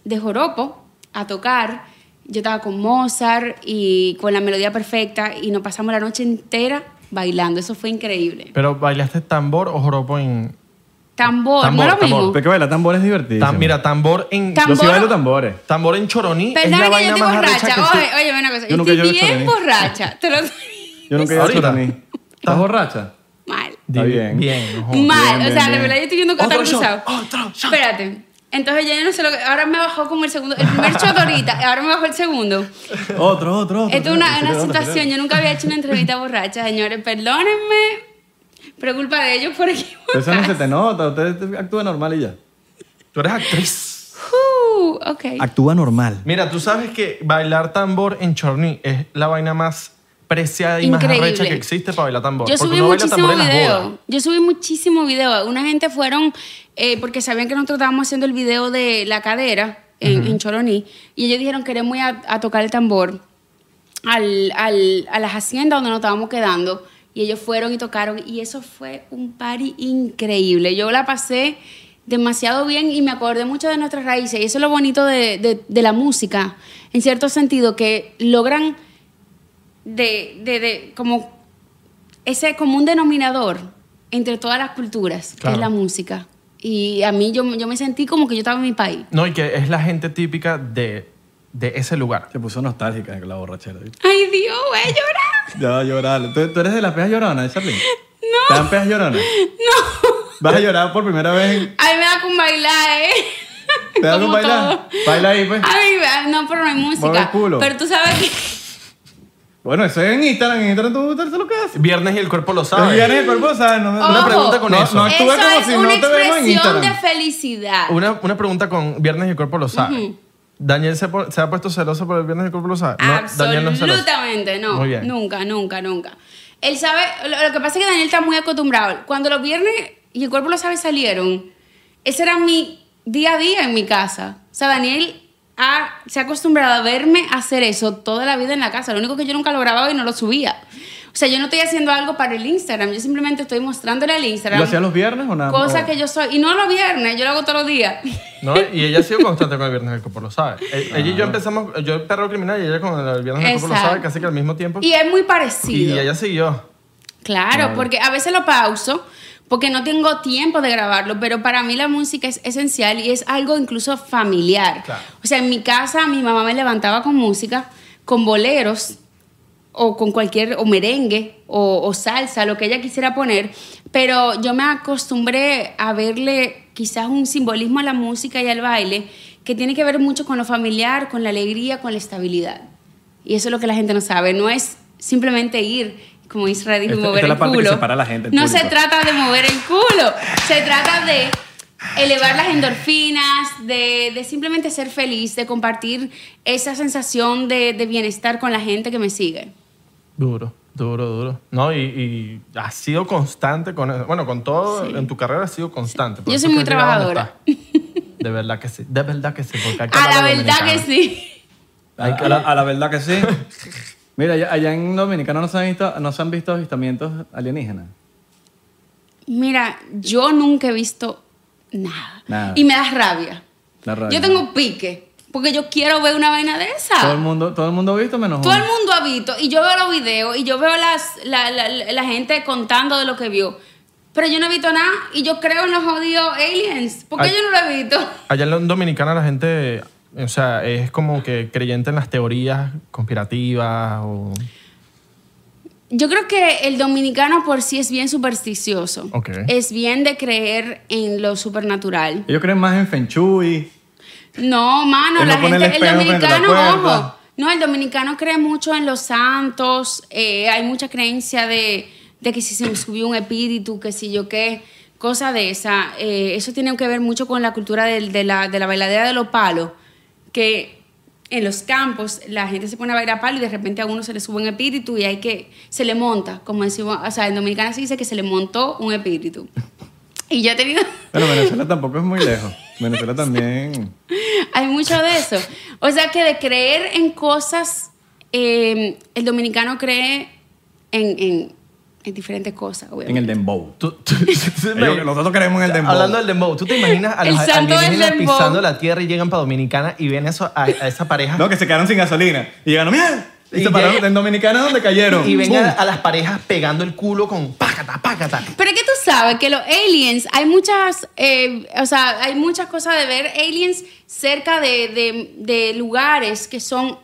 S3: de joropo a tocar. Yo estaba con Mozart y con la melodía perfecta y nos pasamos la noche entera bailando. Eso fue increíble.
S2: Pero bailaste tambor o joropo en.
S3: Tambor,
S2: Tambor,
S3: no es lo
S2: tambor.
S3: mismo.
S1: Pero que baila tambores es divertido.
S2: Tam- mira, tambor en.
S3: Tam-
S1: yo sí
S3: tambor-
S1: bailo tambores.
S2: tambor en choroní. es la
S3: Perdóname que yo
S2: vaina
S3: estoy
S2: más arrecha
S3: borracha.
S2: que
S3: Oye,
S2: existe.
S3: oye, ven acá.
S1: Yo
S3: Yo
S1: nunca
S3: estoy
S1: llevo
S3: bien
S1: choroní.
S3: borracha. Te lo
S1: Yo nunca he ido a
S2: Ahorita.
S1: Choroní. ¿Estás borracha?
S3: Mal.
S1: Está bien.
S2: Bien, ojo.
S3: Mal,
S1: bien,
S3: o sea,
S1: bien.
S3: de verdad yo estoy viendo que está
S2: Otro shot,
S3: cruzado. Espérate. Entonces ya yo no sé lo que. Ahora me bajó como el segundo. El primer shot ahorita, ahora me bajó el segundo.
S1: Otro, otro, otro.
S3: Esto es una,
S1: Otro,
S3: una
S1: otro, otro.
S3: situación. Yo nunca había hecho una entrevista borracha, señores. Perdónenme. Pero culpa de ellos por aquí.
S1: Eso no se te nota, usted actúa normal y ya.
S2: Tú eres actriz.
S3: Uh, ok.
S1: Actúa normal.
S2: Mira, tú sabes que bailar tambor en Chorny es la vaina más preciada y más
S3: Increíble.
S2: arrecha que existe para bailar tambor.
S3: Yo
S2: porque
S3: subí
S2: uno baila
S3: muchísimo
S2: tambor en las bodas.
S3: video. Yo subí muchísimo video. Una gente fueron eh, porque sabían que nosotros estábamos haciendo el video de la cadera en, en Choroní y ellos dijeron queremos ir a, a tocar el tambor al, al- a las haciendas donde nos estábamos quedando y ellos fueron y tocaron y eso fue un party increíble. Yo la pasé demasiado bien y me acordé mucho de nuestras raíces y eso es lo bonito de, de- de la música, en cierto sentido, que logran de, de, de como ese común denominador entre todas las culturas,
S2: Claro.
S3: que es la música. Y a mí yo, yo me sentí como que yo estaba en mi país.
S2: No, y que es la gente típica de, de ese lugar.
S1: Se puso nostálgica la borrachera.
S3: Ay, Dios, voy a llorar.
S1: Ya va a llorar. ¿Tú, tú eres de las peas lloronas, Charly? No. ¿Te dan peas lloronas? No. Vas a llorar por primera vez. en-
S3: Ay, me da con bailar, ¿eh?
S1: ¿Te da
S3: Como
S1: con bailar?
S3: todo.
S1: Baila ahí, pues.
S3: Ay, va- no, pero no hay
S1: Mueve el
S3: música.
S1: culo.
S3: Pero tú sabes que...
S1: Bueno, eso es en Instagram. En Instagram tú te lo que haces.
S2: Viernes y el cuerpo lo
S1: Te
S2: sabe.
S1: vienes el cuerpo, ¿sabes? No, me-
S2: Una
S3: Ojo.
S2: pregunta con
S1: No,
S2: eso.
S1: no. actúes
S3: Eso
S1: como
S3: es
S1: si no
S3: una
S1: te vemos en
S3: expresión
S1: Instagram.
S3: de felicidad.
S2: Una, una pregunta con Viernes y el cuerpo lo sabe. Daniel se, po- se ha puesto celoso por el Viernes y el cuerpo lo sabe. No, Daniel no es celoso.
S3: Absolutamente no.
S2: Muy bien.
S3: Nunca, nunca, nunca. Él sabe, lo, lo que pasa es que Daniel está muy acostumbrado. Cuando los viernes y el cuerpo lo sabe salieron, ese era mi día a día en mi casa. O sea, Daniel ha- se ha acostumbrado a verme hacer eso toda la vida en la casa. Lo único que yo nunca lo grababa y no lo subía. O sea, yo no estoy haciendo algo para el Instagram. Yo simplemente estoy mostrándole al Instagram
S1: ¿Lo hacías los viernes o nada?
S3: cosas
S1: O-
S3: que yo soy. Y no los viernes, yo lo hago todos los días.
S2: No, Y ella ha sido constante con el Viernes y el cuerpo lo sabe. E- Ella y yo empezamos, yo el perro criminal y ella con el Viernes y el cuerpo lo
S3: Exacto.
S2: sabe casi que al mismo tiempo.
S3: Y es muy
S2: Y
S3: parecido.
S2: ella siguió.
S3: Claro, porque a veces lo pauso porque no tengo tiempo de grabarlo, pero para mí la música es esencial y es algo incluso familiar.
S2: Claro.
S3: O sea, en mi casa mi mamá me levantaba con música, con boleros o con cualquier, o merengue o, o salsa, lo que ella quisiera poner, pero yo me acostumbré a verle quizás un simbolismo a la música y al baile que tiene que ver mucho con lo familiar, con la alegría, con la estabilidad. Y eso es lo que la gente no sabe, no es simplemente ir, como Israel dijo,
S1: Esta-
S3: mover
S1: esta es la
S3: el
S1: parte que
S3: culo.
S1: separa a la gente del
S3: no se
S1: público.
S3: trata de mover el culo, se trata de elevar las endorfinas, de, de simplemente ser feliz, de compartir esa sensación de, de bienestar con la gente que me sigue.
S2: Duro, duro, duro. No, y, y has sido constante con eso. Bueno, con todo en tu carrera has sido constante. por
S3: Yo
S2: eso
S3: soy
S2: es
S3: muy
S2: que has llegado
S3: trabajadora.
S2: donde estás. De verdad que sí, de verdad que sí. Porque hay que
S3: A la
S2: hablar
S3: verdad que
S2: dominicano.
S3: sí.
S1: A, a la, a la verdad que sí. Mira, allá, allá en Dominicana no se han visto, no se han visto avistamientos alienígenas.
S3: Mira, yo nunca he visto nada.
S1: Nada.
S3: Y me da rabia.
S1: La radio.
S3: Yo tengo pique, porque yo quiero ver una vaina de esa.
S1: Todo el mundo, todo el mundo ha visto menos
S3: Todo el
S1: uno.
S3: mundo ha visto, y yo veo los videos, y yo veo las, la, la- la- la gente contando de lo que vio. Pero yo no he visto nada, y yo creo en los jodidos aliens. ¿Por qué
S2: Ay.
S3: yo no lo he visto?
S2: Allá en la- en Dominicana la gente, o sea, es como que creyente en las teorías conspirativas o...
S3: Yo creo que el dominicano por sí es bien supersticioso.
S2: Ok.
S3: Es bien de creer en lo supernatural.
S1: Ellos creen más en Feng Shui.
S3: No, mano,
S1: Él no
S3: la
S1: pone el
S3: gente, el
S1: espejo frente a la
S3: dominicano,
S1: puerta.
S3: ojo. No, el dominicano cree mucho en los santos. eh, hay mucha creencia de, de que si se me subió un espíritu, que si yo qué, cosa de esa. Eh, eso tiene que ver mucho con la cultura del- de, la, de la bailadera de los palos, que en los campos la gente se pone a bailar palo y de repente a uno se le sube un espíritu y hay que, se le monta, como decimos, o sea, en dominicano se dice que se le montó un espíritu. Y yo he tenido...
S1: Bueno, Venezuela tampoco es muy lejos. Venezuela también.
S3: Hay mucho de eso. O sea que de creer en cosas, eh, el dominicano cree en, en- en diferentes cosas,
S1: En
S3: obviamente.
S1: el Dembow.
S2: Tú- tú- tú-
S1: Ellos- nosotros creemos en el Dembow.
S2: Hablando del dembow, ¿tú te imaginas a
S3: El
S2: los
S3: santo del
S2: alienígenas
S3: dembow.
S2: pisando la tierra y llegan para Dominicana y ven eso, a, a esa pareja?
S1: No, que se quedaron sin gasolina. Y llegaron, mira. Y,
S2: Y
S1: se pararon
S2: llega-
S1: en Dominicana donde cayeron.
S2: Y ven
S1: ¡Pum!
S2: a, a las parejas pegando el culo con pácata, pácata.
S3: Pero es que tú sabes que los aliens, hay muchas, eh, o sea, hay muchas cosas de ver aliens cerca de, de- de lugares que son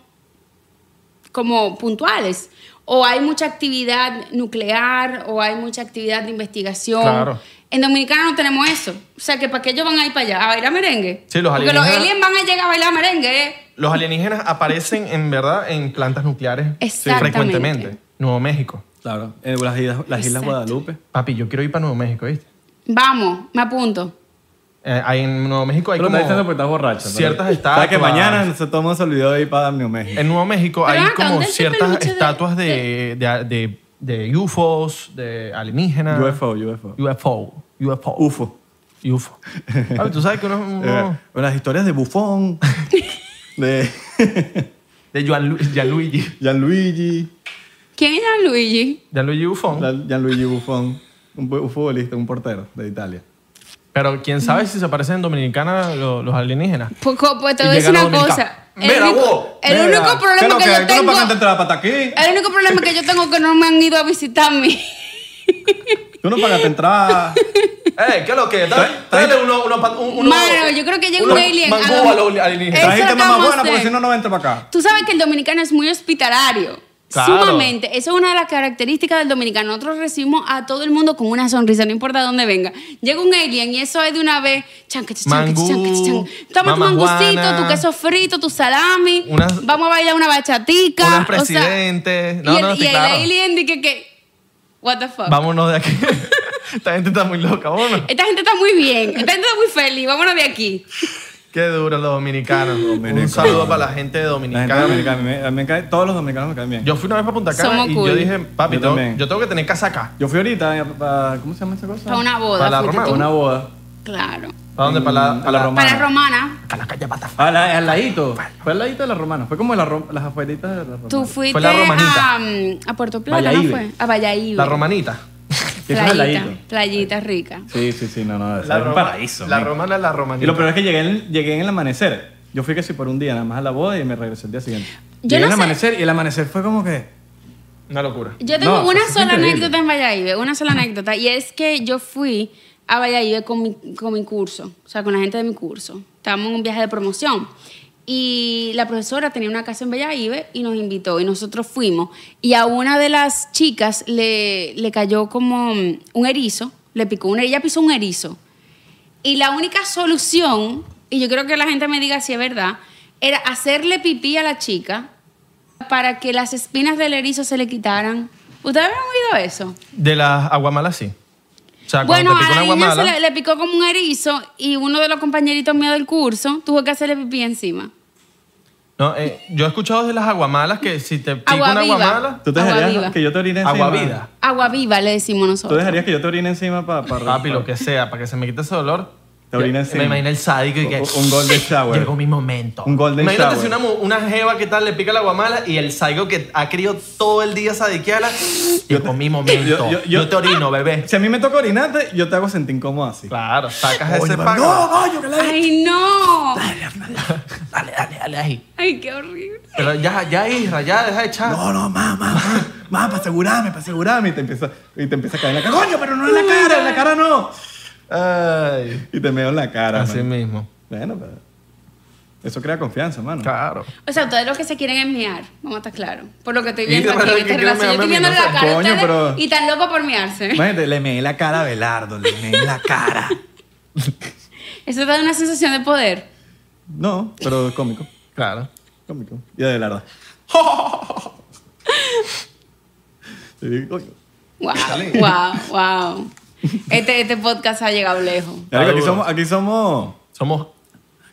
S3: como puntuales. O hay mucha actividad nuclear, o hay mucha actividad de investigación.
S2: Claro.
S3: En Dominicana no tenemos eso. O sea, que ¿para qué ellos van a ir para allá? ¿A bailar merengue?
S2: Sí, los
S3: Porque los
S2: alienígenas-
S3: aliens van a llegar a bailar merengue. ¿eh?
S2: Los alienígenas aparecen en verdad en plantas nucleares
S3: Exactamente.
S2: frecuentemente. Nuevo México.
S1: Claro, en las Islas, las Islas
S3: Exacto.
S1: Guadalupe.
S2: Papi, yo quiero ir para Nuevo México, ¿viste?
S3: Vamos, me apunto.
S2: Eh, ahí en Nuevo México hay
S1: Pero te
S2: como...
S1: diciendo porque estás borracho. pero-
S2: Ciertas
S1: O sea,
S2: estatuas.
S1: que mañana se toma se olvidó de ir para New México.
S2: En Nuevo México
S3: Pero
S2: hay
S3: ven acá,
S2: como
S3: ¿dónde es el
S2: ciertas
S3: peluche de-
S2: estatuas de, de, de, de UFOs, de alienígenas.
S1: UFO, UFO.
S2: UFO. UFO.
S1: Ah. UFO.
S2: UFO. Papi, tú sabes que uno... uno-
S1: Eh, las historias de Bufón, de
S2: de Juan Lu- Gianluigi.
S1: Gianluigi,
S3: ¿Quién es Luigi?
S2: Gianluigi UFO.
S1: la- Gianluigi Buffon, un, bu- un futbolista, un portero de Italia.
S2: Pero quién sabe si se aparecen en Dominicana lo- los alienígenas.
S3: Pues, co- pues te
S2: Y
S3: voy a decir
S2: llegan
S3: una
S2: los dominicanos.
S3: cosa. El
S2: Mira, vos,
S3: único, el
S1: Mira,
S3: único
S1: ¿qué es lo
S3: problema que
S1: hay?
S3: yo
S1: ¿Tú no
S3: tengo.
S1: pagaste entrada para aquí?
S3: El único problema que yo tengo que no me han ido a visitar a mí.
S1: ¿Tú no pagaste entrada?
S2: ¡Eh! ¿Qué es lo que? Dale uno, uno, pa- un- uno-
S3: Mano, yo creo que llega un
S2: uno-
S3: alien. ah,
S2: mangú
S3: a lo-
S2: a los alienígenas.
S3: Eso
S1: Trajiste mamá
S3: acabamos
S1: buena
S3: de-
S1: porque si no, no entra para acá.
S3: Tú sabes que el dominicano es muy hospitalario.
S2: Claro.
S3: Sumamente. Esa es una de las características del dominicano. Nosotros recibimos a todo el mundo con una sonrisa, no importa de dónde venga. Llega un alien y eso es de una vez. chanquete, chanquete,
S2: Mangú,
S3: chanquete, chanquete. Toma tu mangucito,
S2: mamajuana.
S3: tu queso frito, tu salami.
S2: Unas-
S3: vamos a bailar una bachatica.
S2: Unas
S3: o sea,
S2: presidentes. No,
S3: y el,
S2: no, sí,
S3: y el
S2: claro.
S3: alien dice que, que- What the fuck.
S2: Vámonos de aquí. Esta gente está muy loca, vámonos.
S3: Esta gente está muy bien. Esta gente está muy feliz. Vámonos de aquí.
S2: Qué duro los dominicanos. Un
S1: Dominicanos.
S2: saludo para la gente de
S1: La gente
S2: Dominicana.
S1: dominicana, me- me cae- todos los dominicanos me caen bien.
S2: Yo fui una vez para Punta Cana
S3: Somos
S2: y
S3: cool.
S2: yo dije, papi,
S1: Yo
S2: tengo- yo,
S1: también.
S2: tengo que tener casaca.
S1: Yo fui ahorita, eh, pa- ¿cómo se llama esa cosa?
S3: Para una boda.
S2: Para la
S3: fuiste
S2: romana.
S1: Para
S3: tú.
S1: una boda.
S3: Claro.
S2: ¿Para dónde? Para la, para
S1: Mm, A la
S2: la,
S1: Romana.
S3: Para romana.
S2: para la calle Pata.
S1: Ah, la- al ladito. Fue al ladito de la romana. Fue como la ro- las afueritas de la romana.
S3: Tú fuiste
S2: Fue la romanita.
S3: a, mm, a Puerto Plata,
S1: Valladolid.
S3: ¿no fue? A Valladolid.
S2: La romanita.
S1: Que eso es al
S3: Playita,
S1: ladito.
S3: playita rica.
S1: Sí, sí, sí, no, no. eso es un
S2: Roma-
S1: paraíso.
S2: La
S1: men.
S2: romana es la romanita.
S1: Y lo peor es que llegué en, llegué en el amanecer. Yo fui casi por un día nada más a la boda y me regresé el día siguiente. llegué
S3: Yo no
S1: en el
S3: sé-
S1: amanecer y el amanecer fue como que...
S2: Una locura.
S3: Yo tengo
S1: No,
S3: una
S1: eso es
S3: sola
S1: increíble.
S3: anécdota en Valladolid, una sola anécdota, y es que yo fui a Valladolid con mi, con mi curso, o sea, con la gente de mi curso. Estábamos en un viaje de promoción. Y la profesora tenía una casa en Valladolid y nos invitó y nosotros fuimos. Y a una de las chicas le, le cayó como mm, un erizo, le picó un erizo, ella pisó un erizo. Y la única solución, y yo creo que la gente me diga si es verdad, era hacerle pipí a la chica para que las espinas del erizo se le quitaran. ¿Ustedes habían oído eso?
S2: De las aguamalas, sí. O sea,
S3: Bueno,
S2: cuando te
S3: a
S2: pica una
S3: la niña se
S2: aguamala,
S3: le, le picó como un erizo y uno de los compañeritos míos del curso tuvo que hacerle pipí encima.
S2: no, eh, yo he escuchado de las aguamalas que si te pica
S3: Agua
S2: una
S3: viva.
S2: aguamala,
S1: ¿Tú te
S3: Agua
S1: dejarías
S3: viva.
S1: que yo te orine encima?
S2: agua vida.
S3: Agua viva le decimos
S1: ¿Tú
S3: nosotros.
S1: dejarías que yo te orine encima para... Pa,
S2: Papi, lo que sea, para que se me quite ese dolor.
S1: Te orina
S2: Yo-
S1: encima.
S2: Me imagino el sádico y que.
S1: Un- un golden shower.
S2: Llegó mi momento.
S1: Un golden
S2: Imagínate
S1: shower.
S2: si una, mu- una jeva que tal le pica la guamala y el sádico que ha querido todo el día sadiquearla. Llegó mi momento.
S1: yo-
S2: Yo,
S1: yo- yo-
S2: te orino, bebé.
S1: Si a mí me toca orinarte, yo te hago sentir incómodo así.
S2: Claro, sacas
S1: Oye,
S2: ese
S1: pero-
S2: pago.
S1: ¡No, coño, que la...
S3: ¡Ay, no!
S2: Dale, dale, dale ahí.
S3: ¡Ay, qué horrible!
S2: Pero ya, ya, Isra, ya, deja de echar.
S1: No, no, mamá, mamá, mamá, para asegurarme, para asegurarme. Y te empieza, y te empieza a caer en la cara. ¡Coño, pero no en la cara, en la cara no!
S2: Ay.
S1: Y te meo en la cara,
S2: Así
S1: man.
S2: mismo.
S1: Bueno, pero... Eso crea confianza, mano.
S2: Claro.
S3: O sea, ustedes lo que se quieren es mear, vamos a estar claros. Por lo que estoy
S2: Y
S3: viendo
S2: para
S3: aquí
S2: el
S3: en
S2: que
S3: esta
S2: quiera
S3: relación. Yo
S2: mearme a mí,
S3: estoy viendo
S2: no
S3: la
S2: sé.
S3: cara de
S1: Coño,
S3: ustedes
S1: pero-
S3: y tan loco por mearse.
S1: Imagínate, le meé la cara a Belardo, le meé la cara.
S3: Eso da una sensación de poder.
S1: No, pero cómico.
S2: Claro.
S1: Cómico. Y de Belardo. Y digo, "Oye,
S3: Wow, wow, wow. Este, este podcast ha llegado lejos.
S1: marico, aquí
S2: Seguro.
S1: somos, aquí somos.
S2: Somos.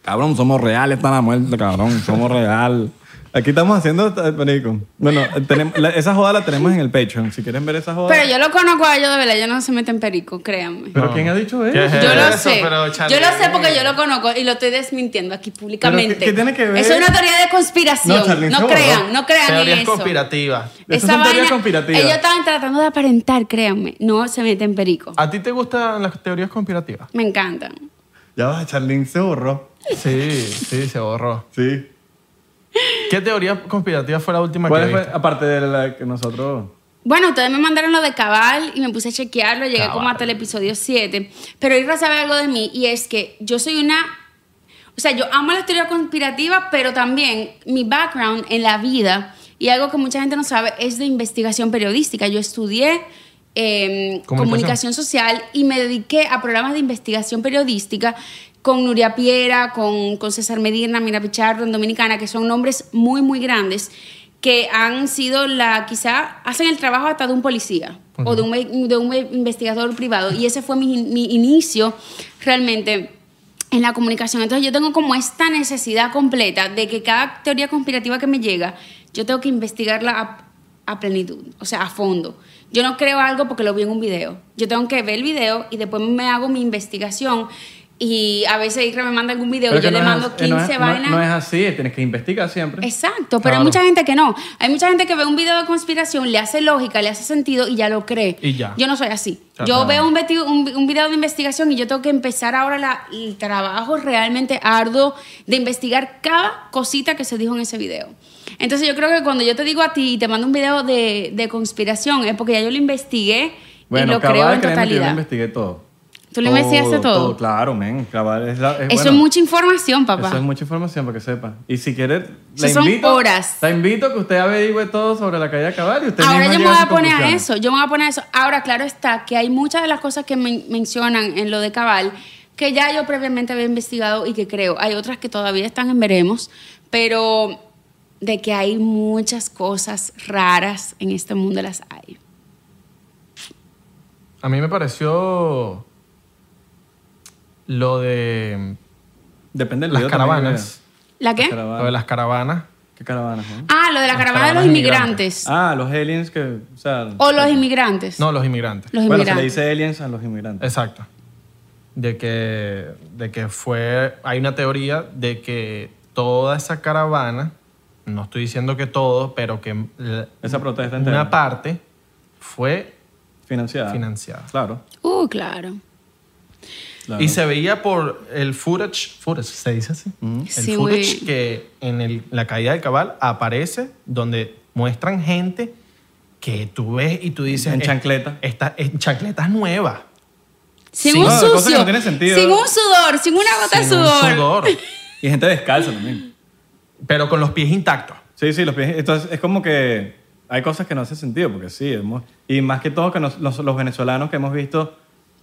S1: Cabrón, somos reales para la muerte, cabrón. Somos real. Aquí estamos haciendo, eh, marico. Bueno, tenemos, la- esa joda la tenemos en el Patreon. Si quieren ver esa joda.
S3: Pero yo lo conozco a ellos de verdad, ellos no se meten perico, créanme.
S1: ¿Pero
S2: No.
S1: quién ha dicho
S2: ¿Qué
S1: Eh, eso?
S2: es
S3: Yo lo
S2: Eso,
S3: sé.
S2: pero,
S3: yo
S2: chale.
S3: lo sé porque yo lo conozco y lo estoy desmintiendo aquí públicamente.
S1: Pero, ¿qué- qué tiene que ver?
S3: Eso es una teoría de conspiración.
S1: No, Charlene,
S3: No,
S1: se
S3: crean,
S1: borró.
S3: no crean
S2: Teorías
S3: en eso.
S2: conspirativas.
S1: Esas
S3: Esa
S1: son teorías
S3: vaina,
S1: conspirativas.
S3: Ellos estaban tratando de aparentar, créanme. No se meten perico.
S1: Ah.
S2: ¿A ti te gustan las teorías conspirativas?
S3: Me encantan.
S1: Ya va, Charlene se borró.
S2: Sí, sí, se borró.
S1: Sí.
S2: ¿Qué teoría conspirativa fue la última que
S1: ¿Cuál fue?
S2: viste?
S1: Aparte de la que nosotros.
S3: Bueno, ustedes me mandaron lo de Cabal y me puse a chequearlo, llegué como
S2: Cabal.
S3: hasta el episodio 7, pero Irra sabe algo de mí y es que yo soy una... O sea, yo amo las teorías conspirativas, pero también mi background en la vida y algo que mucha gente no sabe es de investigación periodística. Yo estudié eh,
S2: Comunicación.
S3: comunicación social y me dediqué a programas de investigación periodística con Nuria Piera, con, con César Medina, Mira Pichardo en Dominicana, que son nombres muy, muy grandes que han sido la, quizá, hacen el trabajo hasta de un policía o de un, de un investigador privado. Y ese fue mi, mi inicio realmente en la comunicación. Entonces yo tengo como esta necesidad completa de que cada teoría conspirativa que me llega, yo tengo que investigarla a, a plenitud, o sea, a fondo. Yo no creo algo porque lo vi en un video. Yo tengo que ver el video y después me hago mi investigación. Y a veces Isra me manda algún video
S1: Pero
S3: y yo
S1: que
S3: le
S1: no es
S3: mando
S1: así-
S3: 15
S1: no es- no-
S3: vainas.
S1: No, es así, tienes que investigar siempre.
S3: Exacto, pero hay
S1: Claro.
S3: mucha gente que no. Hay mucha gente que ve un video de conspiración, le hace lógica, le hace sentido y ya lo cree.
S2: Y ya.
S3: Yo no soy así.
S2: Ya,
S3: yo
S2: claro.
S3: veo un, veti- un- un video de investigación y yo tengo que empezar ahora la- el trabajo realmente arduo de investigar cada cosita que se dijo en ese video. Entonces yo creo que cuando yo te digo a ti y te mando un video de, de conspiración es porque ya yo lo investigué y
S1: Bueno,
S3: lo creo
S1: cabal, créeme
S3: en
S1: que yo lo
S3: totalidad.
S1: investigué todo.
S3: ¿Tú lo investigaste todo?
S1: claro, men. Cabal, es la- es-
S3: Eso
S1: bueno,
S3: es mucha información, papá.
S1: Eso es mucha información para que sepa. Y si quieres, la
S3: Eso son
S1: invito,
S3: horas.
S1: La invito a que usted averigüe todo sobre la caída cabal y usted
S3: Ahora
S1: misma
S3: yo me
S1: llega
S3: voy
S1: su
S3: a poner a
S1: conclusión.
S3: eso, yo me voy a poner a eso. Ahora, claro está, que hay muchas de las cosas que men- mencionan en lo de Cabal que ya yo previamente había investigado y que creo. Hay otras que todavía están en veremos, pero de que hay muchas cosas raras en este mundo las hay.
S2: A mí me pareció lo de
S1: Depende del
S2: las
S1: video también que
S2: caravanas.
S3: ¿La qué?
S1: vea. Caravana.
S2: Lo de las caravanas.
S1: ¿Qué caravanas? no?
S3: Ah, lo de la
S2: Las
S3: caravana de los
S2: caravanas
S3: inmigrantes.
S1: Ah, los aliens que. O sea.
S3: O los inmigrantes.
S2: No, los inmigrantes.
S3: Los
S1: bueno, se le
S3: inmigrantes.
S1: dice aliens a los inmigrantes.
S2: Exacto. De que, de que fue. Hay una teoría de que toda esa caravana, no estoy diciendo que todo, pero que la-
S1: Esa protesta entera.
S2: una parte fue
S1: Financiada.
S2: financiada.
S1: Claro.
S3: Uh, claro.
S1: claro.
S2: Y se veía por el footage, footage se dice así, el
S3: Mm. Sí, muy
S2: footage
S3: bien.
S2: que en el- la caída del cabal aparece donde muestran gente que tú ves y tú dices...
S1: En
S2: "Eh,
S1: chancleta.
S2: Está, en chancletas nuevas.
S3: Sin
S1: Sí.
S3: un
S1: No, cosas que
S3: sucio,
S1: no tienen sentido.
S3: sin un sudor, sin una gota de
S2: sin un
S3: sudor.
S2: sudor,
S1: Y gente descalza también.
S2: pero con los pies intactos.
S1: Sí, sí, los pies. Entonces es como que hay cosas que no hacen sentido, porque sí. hemos- y más que todo que nos- los, los venezolanos que hemos visto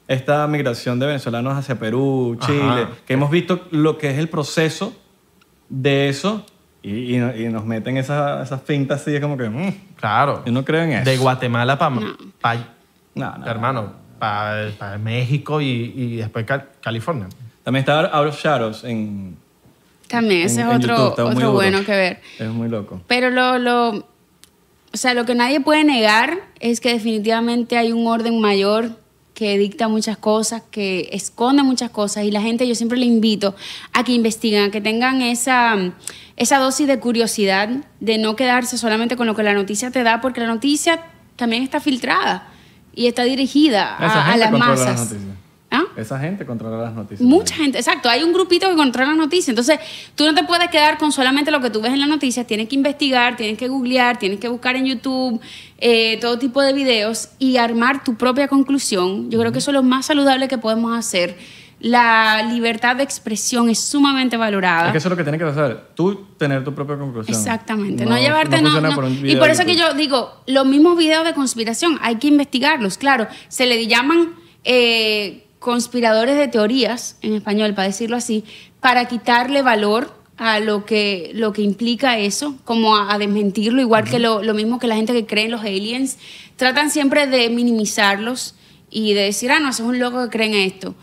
S1: esta migración de venezolanos hacia Perú,
S2: Ajá.
S1: Chile, que hemos visto lo que es el proceso de eso y, y no- y nos meten esas esas fintas así, es como que... mm,
S2: Claro.
S1: yo no creo en eso.
S2: De Guatemala para...
S1: No, no.
S2: hermano, para México y, y después Cal- California.
S1: También está Out of Shadows en...
S3: También ese
S1: en-
S3: es
S1: en
S3: otro,
S1: YouTube, está muy
S3: otro
S1: duro.
S3: bueno que ver.
S1: Es muy loco.
S3: Pero lo, lo, o sea, lo que nadie puede negar es que definitivamente hay un orden mayor que dicta muchas cosas, que esconde muchas cosas y la gente yo siempre le invito a que investiguen, a que tengan esa, esa dosis de curiosidad, de no quedarse solamente con lo que la noticia te da, porque la noticia también está filtrada y está dirigida
S1: Esa
S3: a, a
S1: gente
S3: las
S1: controla las
S3: masas.
S1: noticias.
S3: ¿Ah?
S1: Esa gente controla las noticias.
S3: Mucha gente, exacto. Hay un grupito que controla las noticias. Entonces, tú no te puedes quedar con solamente lo que tú ves en las noticias. Tienes que investigar, tienes que googlear, tienes que buscar en YouTube eh, todo tipo de videos y armar tu propia conclusión. Yo creo que eso es lo más saludable que podemos hacer. La libertad de expresión es sumamente valorada.
S1: Es que eso es lo que tienes que hacer. Tú tener tu propia conclusión.
S3: Exactamente, no, llevarte no,
S1: funciona
S3: no.
S1: un
S3: y
S1: video
S3: por
S1: de
S3: eso que
S1: YouTube.
S3: yo digo, los mismos videos de conspiración hay que investigarlos, claro, se le llaman eh, conspiradores de teorías en español, para decirlo así, para quitarle valor a lo que lo que implica eso, como a, a desmentirlo, igual que lo, lo mismo que la gente que cree en los aliens, tratan siempre de minimizarlos y de decir, ah, no, eso es un loco que cree en esto.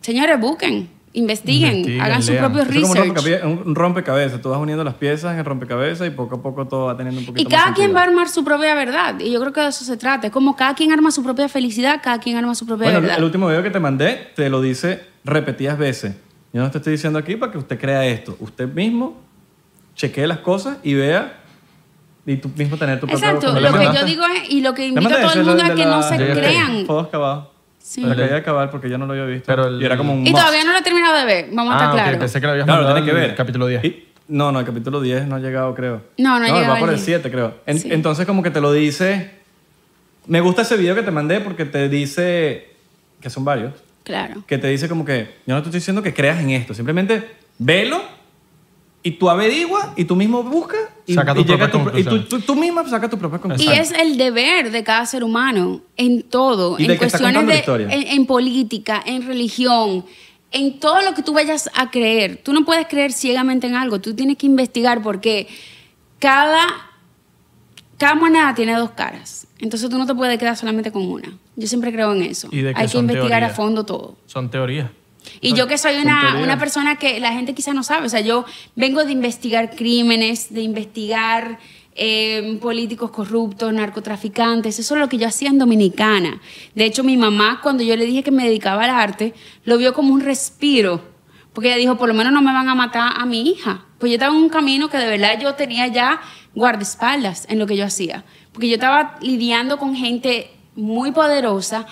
S3: Señores, busquen, investiguen,
S2: Investiguen,
S3: hagan sus
S2: lean.
S3: propios
S1: Eso es como un
S3: research.
S1: rompecabe- un, un rompecabezas. Tú vas uniendo las piezas en el rompecabezas y poco a poco todo va teniendo un poquito
S3: Y
S1: más
S3: cada quien
S1: sentido.
S3: va a armar su propia verdad. Y yo creo que de eso se trata. Es como cada quien arma su propia felicidad, cada quien arma su propia
S1: Bueno, el-
S3: verdad.
S1: el último video que te mandé te lo dice repetidas veces. Yo no te estoy diciendo aquí para que usted crea esto. Usted mismo chequee las cosas y vea y tú mismo tener tu propia
S3: Exacto.
S1: conclusión.
S2: ¿Le
S3: Lo que yo
S2: mandaste?
S3: digo es, y lo que
S1: Te
S3: invito
S1: mandé
S3: a todo
S1: ese,
S3: el mundo
S1: de
S3: es que
S1: la-
S3: no se
S1: de la-
S3: crean.
S1: Fotos cabal.
S3: Sí.
S1: De La caída cabal porque yo no lo había visto.
S2: Pero el-
S1: y era como un
S3: Y
S1: must.
S3: todavía no lo he terminado de ver, vamos a
S2: Ah,
S3: estar
S2: ok,
S3: claros.
S2: pensé que lo habías
S1: Claro,
S2: mandado
S1: tiene que
S2: en el
S1: ver.
S2: Capítulo 10.
S1: Y- no, no, el capítulo 10 no ha llegado, creo.
S3: No, no ha llegado
S1: va por el
S3: allí.
S1: 7, creo. En-
S3: Sí.
S1: Entonces, como que te lo dice. Me gusta ese video que te mandé porque te dice. Que son varios.
S3: Claro.
S1: Que te dice, como que. Yo no te estoy diciendo que creas en esto. Simplemente velo y tú averigua y tú mismo buscas. Y,
S2: Saca
S1: y
S2: tus
S1: llega
S2: propias
S1: tu pro- y tú,
S2: conclusiones.
S1: tú, tú misma sacas tu propia
S3: Y
S1: conclusión.
S3: es el deber de cada ser humano en todo,
S1: Y
S3: en
S1: del que está
S3: cuestiones
S1: contando la
S3: de,
S1: historia.
S3: en, en política, en religión, en todo lo que tú vayas a creer. Tú no puedes creer ciegamente en algo, tú tienes que investigar porque cada cada moneda tiene dos caras. Entonces tú no te puedes quedar solamente con una. Yo siempre creo en eso.
S2: ¿Y de qué
S3: Hay que
S2: son
S3: investigar a
S2: teorías?
S3: fondo todo.
S2: Son teorías.
S3: Y yo que soy
S2: Son
S3: una,
S2: teorías.
S3: una persona que la gente quizá no sabe, o sea, yo vengo de investigar crímenes, de investigar eh, políticos corruptos, narcotraficantes, eso es lo que yo hacía en Dominicana. De hecho, mi mamá, cuando yo le dije que me dedicaba al arte, lo vio como un respiro, porque ella dijo, por lo menos no me van a matar a mi hija. Pues yo estaba en un camino que de verdad yo tenía ya guardaespaldas en lo que yo hacía, porque yo estaba lidiando con gente muy poderosa,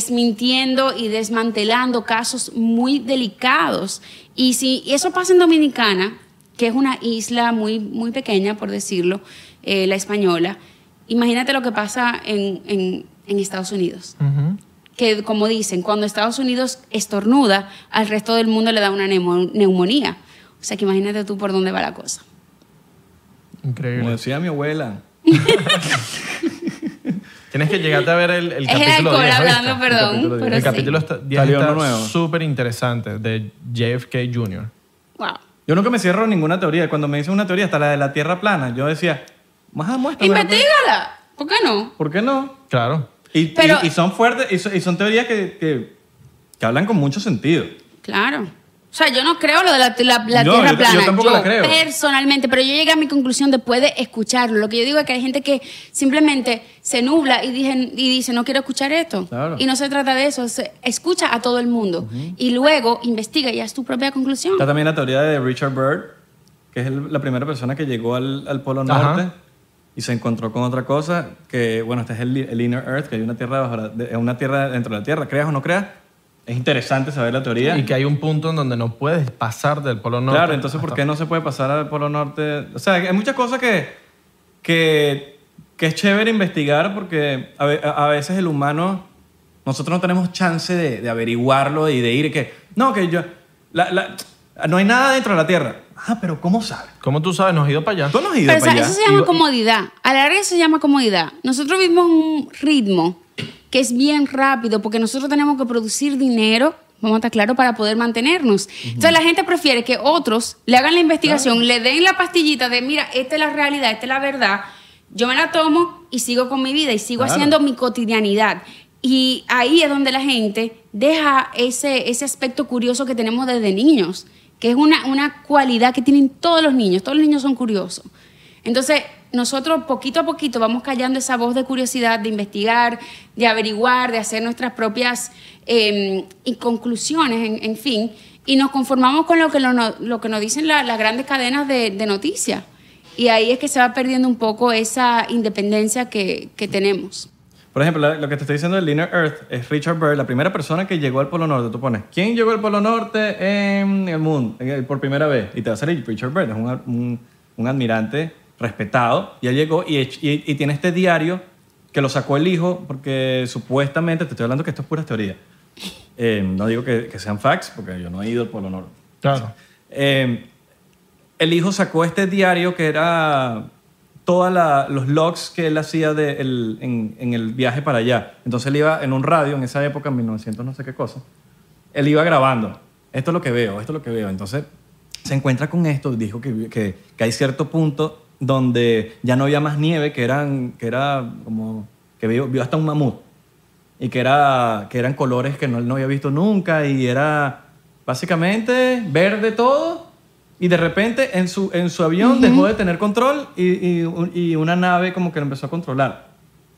S3: desmintiendo y desmantelando casos muy delicados. Y si eso pasa en Dominicana, que es una isla muy, muy pequeña, por decirlo, eh, la española, imagínate lo que pasa en, en- en Estados Unidos. Que, como dicen, cuando Estados Unidos estornuda, al resto del mundo le da una nemo- neumonía. O sea, que imagínate tú por dónde va la cosa.
S1: Como
S2: Increíble.
S1: decía mi abuela.
S2: Tienes que llegarte a ver el, el
S3: Es el
S2: capítulo
S3: alcohol
S2: 10, ¿oíste?
S3: hablando, perdón.
S1: capítulo diez.
S3: pero
S2: El
S3: sí.
S2: capítulo está, 10
S1: Salió uno
S2: está
S1: nuevo.
S2: súper interesante de JFK Jr.
S3: Wow.
S1: Yo nunca me cierro ninguna teoría. Cuando me dicen una teoría, hasta la de la Tierra plana, yo decía, más muéstrame.
S3: Investígala. ¿Por qué no?
S1: ¿Por qué no?
S2: Claro.
S1: Y,
S3: Pero-
S1: y- y son fuertes, y so- y son, teorías que, que, que hablan con mucho sentido.
S3: Claro. O sea, yo no creo lo de la, la- la
S1: No,
S3: tierra
S1: yo- yo
S3: plana.
S1: tampoco la creo.
S3: Personalmente, pero yo llegué a mi conclusión después de escucharlo. Lo que yo digo es que hay gente que simplemente se nubla y, dicen- y dice, no quiero escuchar esto.
S1: Claro.
S3: Y no se trata de eso. se- escucha a todo el mundo. Y luego investiga y haz tu propia conclusión.
S1: Está también la teoría de Richard Byrd, que es el- la primera persona que llegó al, al Polo
S2: Ajá.
S1: Norte y se encontró con otra cosa, que bueno, este es el, el Inner Earth, que hay una tierra, bajo la- de- una tierra dentro de la Tierra, creas o no creas. Es interesante saber la teoría.
S2: Y que hay un punto en donde no puedes pasar del Polo Norte.
S1: claro, entonces ¿por
S2: hasta-
S1: qué no se puede pasar al Polo Norte? O sea, hay muchas cosas que, que, que es chévere investigar porque a, ve- a- a veces el humano, nosotros no tenemos chance de, de averiguarlo y de ir que, no, que yo, la- la- no hay nada dentro de la Tierra. Ah, pero ¿cómo sabes?
S2: ¿Cómo tú sabes? No has ido para allá.
S1: Tú no has ido
S3: Pero, o
S1: para
S3: sea,
S1: allá.
S3: eso se llama
S1: Y-
S3: comodidad. A la larga eso se llama comodidad. Nosotros vivimos en un ritmo que es bien rápido porque nosotros tenemos que producir dinero, vamos a estar claros, para poder mantenernos. Entonces la gente prefiere que otros le hagan la investigación, le den la pastillita de, mira, esta es la realidad, esta es la verdad. Yo me la tomo y sigo con mi vida y sigo
S1: Claro.
S3: haciendo mi cotidianidad. Y ahí es donde la gente deja ese, ese aspecto curioso que tenemos desde niños, que es una, una cualidad que tienen todos los niños. Todos los niños son curiosos. Entonces, nosotros poquito a poquito vamos callando esa voz de curiosidad, de investigar, de averiguar, de hacer nuestras propias eh, y conclusiones, en, en fin, y nos conformamos con lo que, lo no- lo que nos dicen la- las grandes cadenas de, de noticias. Y ahí es que se va perdiendo un poco esa independencia que, que tenemos.
S1: Por ejemplo, la- lo que te estoy diciendo del Inner Earth es Richard Byrd, la primera persona que llegó al Polo Norte. Tú pones, ¿quién llegó al Polo Norte en el mundo en el- por primera vez? Y te va a salir Richard Byrd, es un, ad- un- un admirante respetado. Y él llegó y, ech- y- y tiene este diario que lo sacó el hijo porque supuestamente, te estoy hablando que esto es puras teorías. Eh, no digo que, que sean facts porque yo no he ido al Polo Norte.
S2: Claro.
S1: Eh, el hijo sacó este diario que era todos los logs que él hacía de el- en, en el viaje para allá. Entonces él iba en un radio, en esa época, en 1900 no sé qué cosa, él iba grabando. Esto es lo que veo, esto es lo que veo. Entonces se encuentra con esto, dijo que, que- que hay cierto punto donde ya no había más nieve, que, eran, que era como que vio, vio hasta un mamut y que, era, que eran colores que no, no había visto nunca y era básicamente verde todo y de repente en su, en su avión dejó de tener control y, y un- y una nave como que lo empezó a controlar,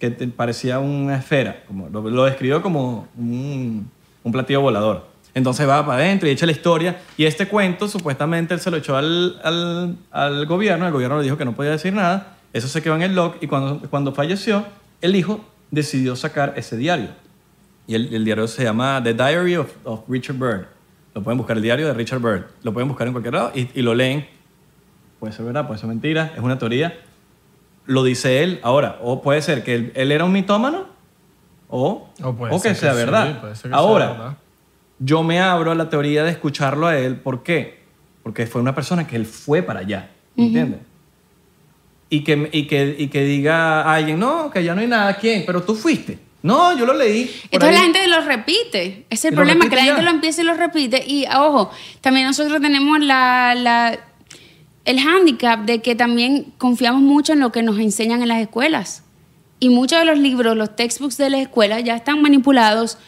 S1: que te- parecía una esfera, como, lo, lo describió como un, un platillo volador. Entonces va para adentro y echa la historia y este cuento supuestamente él se lo echó al, al, al gobierno, el gobierno le dijo que no podía decir nada, eso se quedó en el log y cuando, cuando falleció el hijo decidió sacar ese diario. Y el, el diario se llama The Diary of, of Richard Byrd. Lo pueden buscar, el diario de Richard Byrd. Lo pueden buscar en cualquier lado y, y lo leen. Puede ser verdad, puede ser mentira, es una teoría. Lo dice él ahora. O puede ser que él, él era un mitómano o,
S2: O puede
S1: que
S2: ser
S1: sea
S2: que sí,
S1: verdad.
S2: puede ser que sea
S1: ahora,
S2: verdad.
S1: yo me abro a la teoría de escucharlo a él. ¿Por qué? Porque fue una persona que él fue para allá. ¿Entiendes? y que, y que, y que diga a alguien, no, que ya no hay nada, ¿quién? Pero tú fuiste. No, yo lo leí. por
S3: Entonces la
S1: ahí".
S3: gente lo repite. Ese es
S1: Y
S3: el
S1: lo
S3: problema,
S1: repite
S3: que la gente
S1: ya.
S3: lo empieza y lo repite. Y ojo, también nosotros tenemos la, la- el hándicap de que también confiamos mucho en lo que nos enseñan en las escuelas. Y muchos de los libros, los textbooks de las escuelas ya están manipulados. O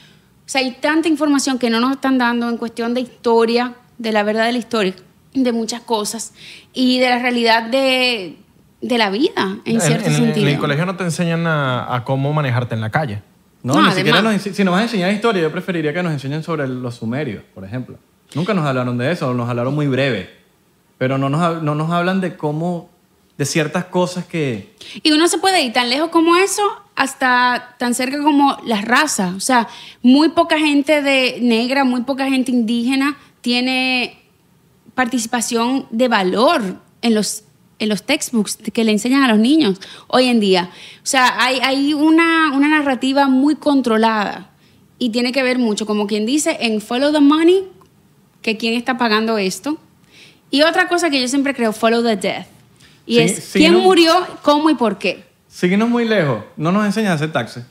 S3: sea, hay tanta información que no nos están dando en cuestión de historia, de la verdad de la historia, de muchas cosas y de la realidad de, de la vida, en, cierto
S2: en-
S3: sentido.
S2: En el colegio no te enseñan a, a cómo manejarte en la calle.
S1: No,
S3: No,
S1: ni
S3: además-
S1: siquiera nos, ense- si nos vas a enseñar historia, yo preferiría que nos enseñen sobre los sumerios, por ejemplo. Nunca nos hablaron de eso, o nos hablaron muy breve. Pero no nos, hab- no nos hablan de cómo, de ciertas cosas que...
S3: Y uno se puede ir tan lejos como eso hasta tan cerca como las razas. O sea, muy poca gente de negra, muy poca gente indígena tiene participación de valor en los, en los textbooks que le enseñan a los niños hoy en día. O sea, hay, hay una, una narrativa muy controlada y tiene que ver mucho, como quien dice, en Follow the Money, que quién está pagando esto. Y otra cosa que yo siempre creo, Follow the Death. Y
S1: Sí,
S3: es
S1: sí,
S3: quién
S1: ¿no?
S3: murió, cómo y por qué.
S1: Síguenos muy lejos. No nos enseñan a hacer taxes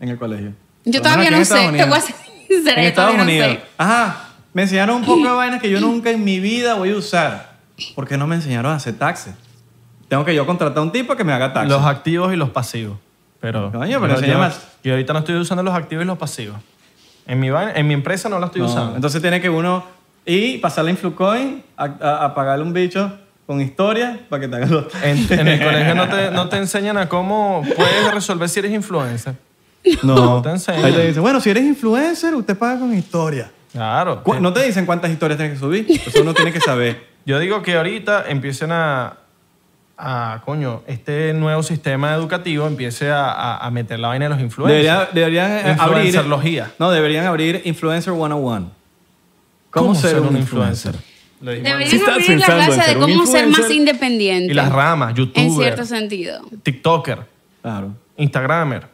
S1: en el colegio.
S3: Yo
S1: Por lo menos
S3: todavía
S1: aquí en Estados
S3: no sé, te voy a
S1: Unidos.
S3: ser sincera,
S1: En
S3: yo
S1: Estados
S3: todavía no
S1: Unidos.
S3: sé.
S1: Ajá. Me enseñaron un poco de vainas que yo nunca en mi vida voy a usar. ¿Por qué no me enseñaron a hacer taxes? Tengo que yo contratar a un tipo que me haga taxes.
S2: Los activos y los pasivos. Pero,
S1: Coño, pero enseña más.
S2: yo ahorita no estoy usando los activos y los pasivos. En mi, vaina- en mi empresa no la estoy
S1: No,
S2: usando.
S1: Entonces tiene que uno ir, pasarle Influcoin, a, a- a pagarle un bicho con historia para que te haga los
S2: En, en el colegio no te, no te enseñan a cómo puedes resolver si eres influencer.
S1: No,
S2: No te enseñan.
S1: Ahí te dicen, bueno, si eres influencer, usted paga con historia.
S2: Claro. Eh,
S1: Cu- No te dicen cuántas historias tienes que subir. Eso uno tiene que saber.
S2: Yo digo que ahorita empiecen a, a, coño, este nuevo sistema educativo empiece a, a- a meter la vaina de los influencers.
S1: Debería- deberían eh, abrir.
S2: Influencerología.
S1: No, deberían abrir Influencer 101.
S2: ¿Cómo, ser un influencer?
S1: Si
S3: Deberían
S1: estás
S3: abrir la
S1: pensando en
S3: clase
S1: ser
S3: de
S1: un
S3: cómo ser más
S1: influencer-
S2: Y
S3: independiente.
S2: las ramas,
S3: En
S2: youtuber,
S3: cierto sentido.
S2: tiktoker,
S1: Claro.
S2: instagramer.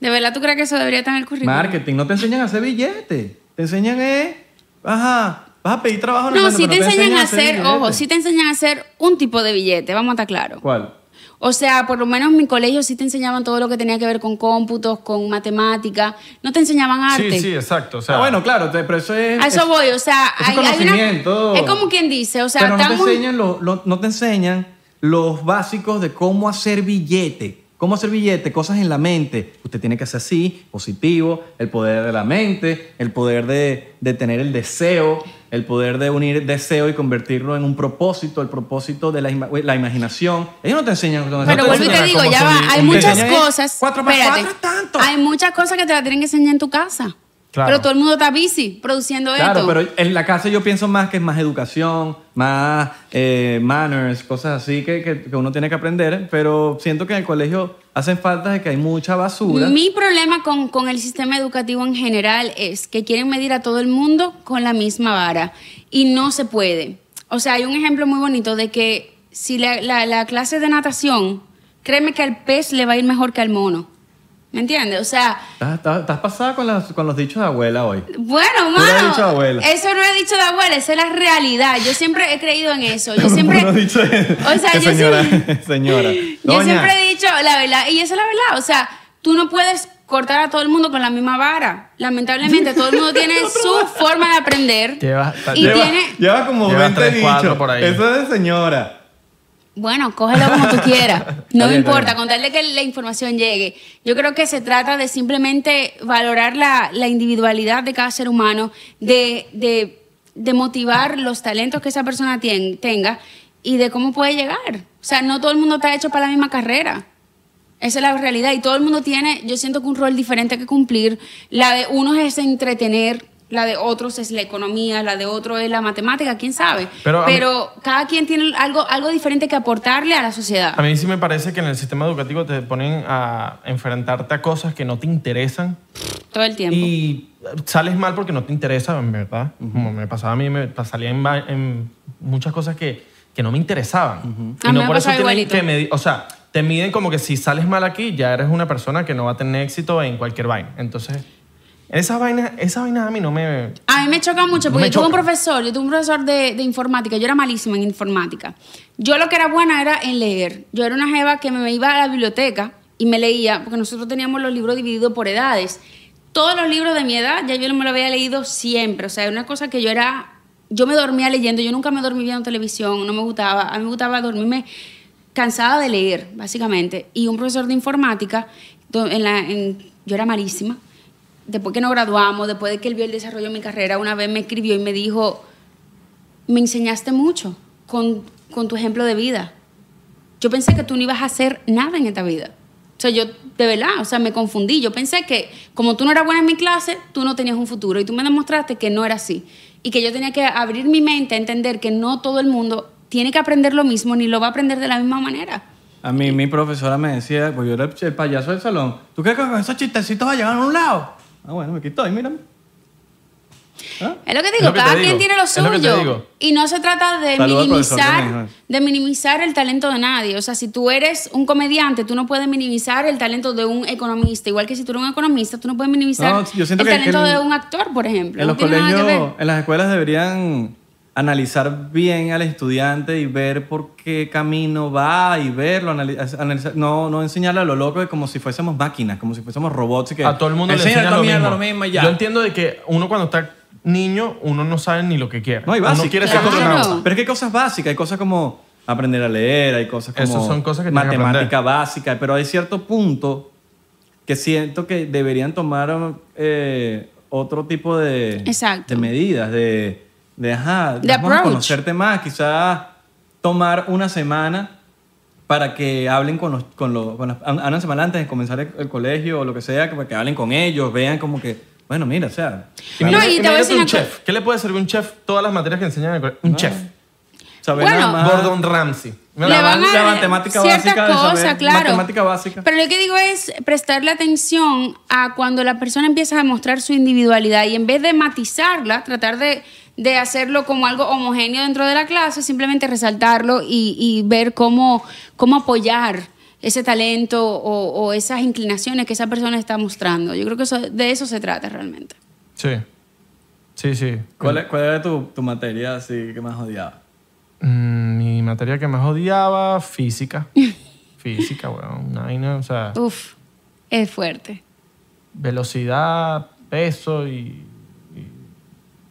S3: ¿De verdad tú crees que eso debería estar en el currículum?
S1: Marketing. No te enseñan a hacer billetes. Te enseñan eh, Ajá. Vas a pedir trabajo. en la
S3: No,
S1: mano,
S3: sí
S1: Ah, pero
S3: te enseñan a hacer, ojo,
S1: billetes.
S3: sí te enseñan a hacer un tipo de billete, vamos a estar claros.
S1: ¿Cuál?
S3: O sea, por lo menos en mi colegio sí te enseñaban todo lo que tenía que ver con cómputos, con matemática. No te enseñaban arte.
S2: Sí, sí, exacto. O sea,
S1: Ah, bueno, claro, te- pero eso es.
S3: A eso
S1: es-
S3: voy, o sea,
S1: Ese
S3: hay, hay una-
S1: conocimiento.
S3: es como quien dice, o sea,
S1: pero no te,
S3: estamos-
S1: enseñan los- los- no te enseñan los básicos de cómo hacer billete. Cómo hacer billete, cosas en la mente. Usted tiene que hacer así, positivo, el poder de la mente, el poder de, de tener el deseo, el poder de unir deseo y convertirlo en un propósito, el propósito de la, ima- la imaginación. Ellos no te enseñan. no
S3: Pero
S1: te
S3: vuelvo y te
S1: enseñan
S3: digo,
S2: cómo
S1: cómo
S3: ya
S1: hacer
S3: va,
S1: billete.
S3: hay
S1: Te
S3: muchas
S1: enseñan, eh,
S3: cosas.
S1: Cuatro más
S3: espérate,
S1: cuatro es tanto.
S3: Hay muchas cosas que te la tienen que enseñar en tu casa.
S2: Claro.
S3: Pero todo el mundo está busy produciendo
S1: Claro,
S3: esto.
S1: pero en la casa yo pienso más que es más educación, más eh, manners, cosas así que, que- que uno tiene que aprender, pero siento que en el colegio hacen falta de que hay mucha basura.
S3: Mi problema con, con el sistema educativo en general es que quieren medir a todo el mundo con la misma vara y no se puede. O sea, hay un ejemplo muy bonito de que si la, la- la clase de natación, créeme que al pez le va a ir mejor que al mono. ¿Me entiendes? O sea,
S1: Estás, estás- estás pasada con, las- con los dichos de abuela hoy.
S3: Bueno,
S1: Tú lo has
S3: mano,
S1: dicho de abuela.
S3: eso no he dicho de abuela, esa es la realidad. Yo siempre he creído en eso. Yo siempre,
S1: Uno dice,
S3: o sea,
S1: que
S3: yo
S1: señora,
S3: siempre-
S1: señora.
S3: yo
S1: Doña.
S3: siempre he dicho la verdad y esa es la verdad. O sea, tú no puedes cortar a todo el mundo con la misma vara. Lamentablemente, todo el mundo tiene su forma de aprender
S2: Lleva-
S3: y
S2: lleva-
S3: tiene,
S1: Lleva como
S2: Lleva
S1: 20
S2: tres, cuatro
S1: dichos.
S2: por ahí.
S1: Eso es de señora.
S3: Bueno, cógelo como tú quieras.
S1: Está
S3: No me
S1: bien, está
S3: importa,
S1: bien.
S3: con tal de que la información llegue. Yo creo que se trata de simplemente valorar la, la individualidad de cada ser humano, de, de- de motivar los talentos que esa persona tien- tenga y de cómo puede llegar. O sea, no todo el mundo está hecho para la misma carrera. Esa es la realidad. Y todo el mundo tiene, yo siento que un rol diferente que cumplir. La de unos es entretener, la de otros es la economía, la de otros es la matemática, quién sabe.
S2: Pero
S3: Pero,
S2: a mí-
S3: cada quien tiene algo, algo diferente que aportarle a la sociedad.
S2: A mí sí me parece que en el sistema educativo te ponen a enfrentarte a cosas que no te interesan
S3: Todo el tiempo.
S2: y sales mal porque no te interesa, en verdad. Como me pasaba a mí, me pa- salía en, va- en muchas cosas que, que no me interesaban. Y
S3: A mí
S2: no
S3: me
S2: por eso
S3: pasaba
S2: tienen
S3: igualito.
S2: que medir, o sea, te miden como que si sales mal aquí, ya eres una persona que no va a tener éxito en cualquier vaina. Entonces, esas vainas, esas vainas a mí no me...
S3: A mí me choca mucho porque
S2: me
S3: yo tuve un
S2: choca.
S3: profesor, yo tuve un profesor de, de informática, yo era malísima en informática. Yo lo que era buena era en leer. Yo era una jeva que me iba a la biblioteca y me leía, porque nosotros teníamos los libros divididos por edades. Todos los libros de mi edad ya yo me los había leído siempre, o sea, era una cosa que yo era yo me dormía leyendo, yo nunca me dormí viendo televisión, no me gustaba, a mí me gustaba dormirme cansada de leer, básicamente. Y un profesor de informática, do- en la- en- yo era malísima, después que nos graduamos, después de que él vio el desarrollo de mi carrera, una vez me escribió y me dijo, me enseñaste mucho con, con tu ejemplo de vida. Yo pensé que tú no ibas a hacer nada en esta vida. O sea, yo de verdad, o sea, me confundí. Yo pensé que como tú no eras buena en mi clase, tú no tenías un futuro. Y tú me demostraste que no era así. Y que yo tenía que abrir mi mente a entender que no todo el mundo tiene que aprender lo mismo ni lo va a aprender de la misma manera.
S1: A mí mi profesora me decía, pues yo era el el payaso del salón, ¿tú crees que con esos chistecitos va a llegar a un lado? Ah, bueno, aquí estoy, mírame. ¿Ah?
S3: Es lo que
S2: Es
S3: digo,
S2: lo que te
S3: cada
S2: digo.
S3: quien tiene lo
S2: Es lo que te digo.
S3: suyo. y no se trata de
S1: Saluda al profesor también,
S3: minimizar
S1: ¿no?
S3: de minimizar el talento de nadie. O sea, si tú eres un comediante, tú no puedes minimizar el talento de un economista. Igual que si tú eres un economista, tú no puedes minimizar
S1: No, yo
S3: el
S1: siento que- que
S3: talento
S1: el-
S3: de un actor, por ejemplo.
S1: En
S3: No
S1: los
S3: tiene nada que
S1: colegios,
S3: ver.
S1: en las escuelas deberían analizar bien al estudiante y ver por qué camino va y verlo, anali- analizar- no, no enseñarle a lo loco de como si fuésemos máquinas, como si fuésemos robots y que
S2: a todo el mundo le
S1: "Enséñale
S2: enseña
S1: tú
S2: lo
S1: a mí
S2: mismo.
S1: lo mismo y ya.
S2: Yo entiendo de que uno cuando está niño, uno no sabe ni lo que quiere.
S1: No, hay
S2: uno
S1: básicas.
S2: quiere
S1: hay
S2: ser
S1: cosas-
S3: Claro.
S2: astronauta.
S1: Pero es que hay cosas básicas, hay cosas como aprender a leer, hay cosas como
S2: Esas son cosas que tienes que
S1: matemática básica, pero hay cierto punto que siento que deberían tomar eh, otro tipo de,
S3: Exacto.
S1: de medidas, de, de, ajá,
S3: De
S1: vamos a
S3: approach.
S1: conocerte más, quizás tomar una semana para que hablen con los, con los, con las- a- a una semana antes de comenzar el, el colegio o lo que sea, que, que hablen con ellos, vean como que, bueno, mira, o sea,
S3: No,
S2: mira-
S3: y te voy a
S2: mírate
S3: decir
S2: un
S3: una cosa. Ah.
S2: chef. ¿Qué le puede servir un chef todas las materias que enseñan en el colegio? Un chef.
S1: saber
S3: Bueno.
S1: nada más.
S2: Gordon Ramsay.
S1: La
S2: Mira,
S3: Le
S1: ma-
S3: van a
S1: la
S3: dar
S1: matemática
S3: ciertas
S1: básica de saber
S3: cosas, claro.
S1: matemática básica.
S3: Pero lo que digo es prestarle atención a cuando la persona empieza a mostrar su individualidad y en vez de matizarla, tratar de, de hacerlo como algo homogéneo dentro de la clase, simplemente resaltarlo y, y ver cómo, cómo apoyar ese talento o, o esas inclinaciones que esa persona está mostrando. Yo creo que eso- de eso se trata realmente.
S2: Sí. Sí, sí.
S1: ¿Cuál, es- cuál era tu, tu materia así que más odiaba?
S2: Mm, mi materia que más odiaba, física. física, weón. Una vaina, o sea,
S3: Uf, es fuerte.
S2: velocidad, peso y, y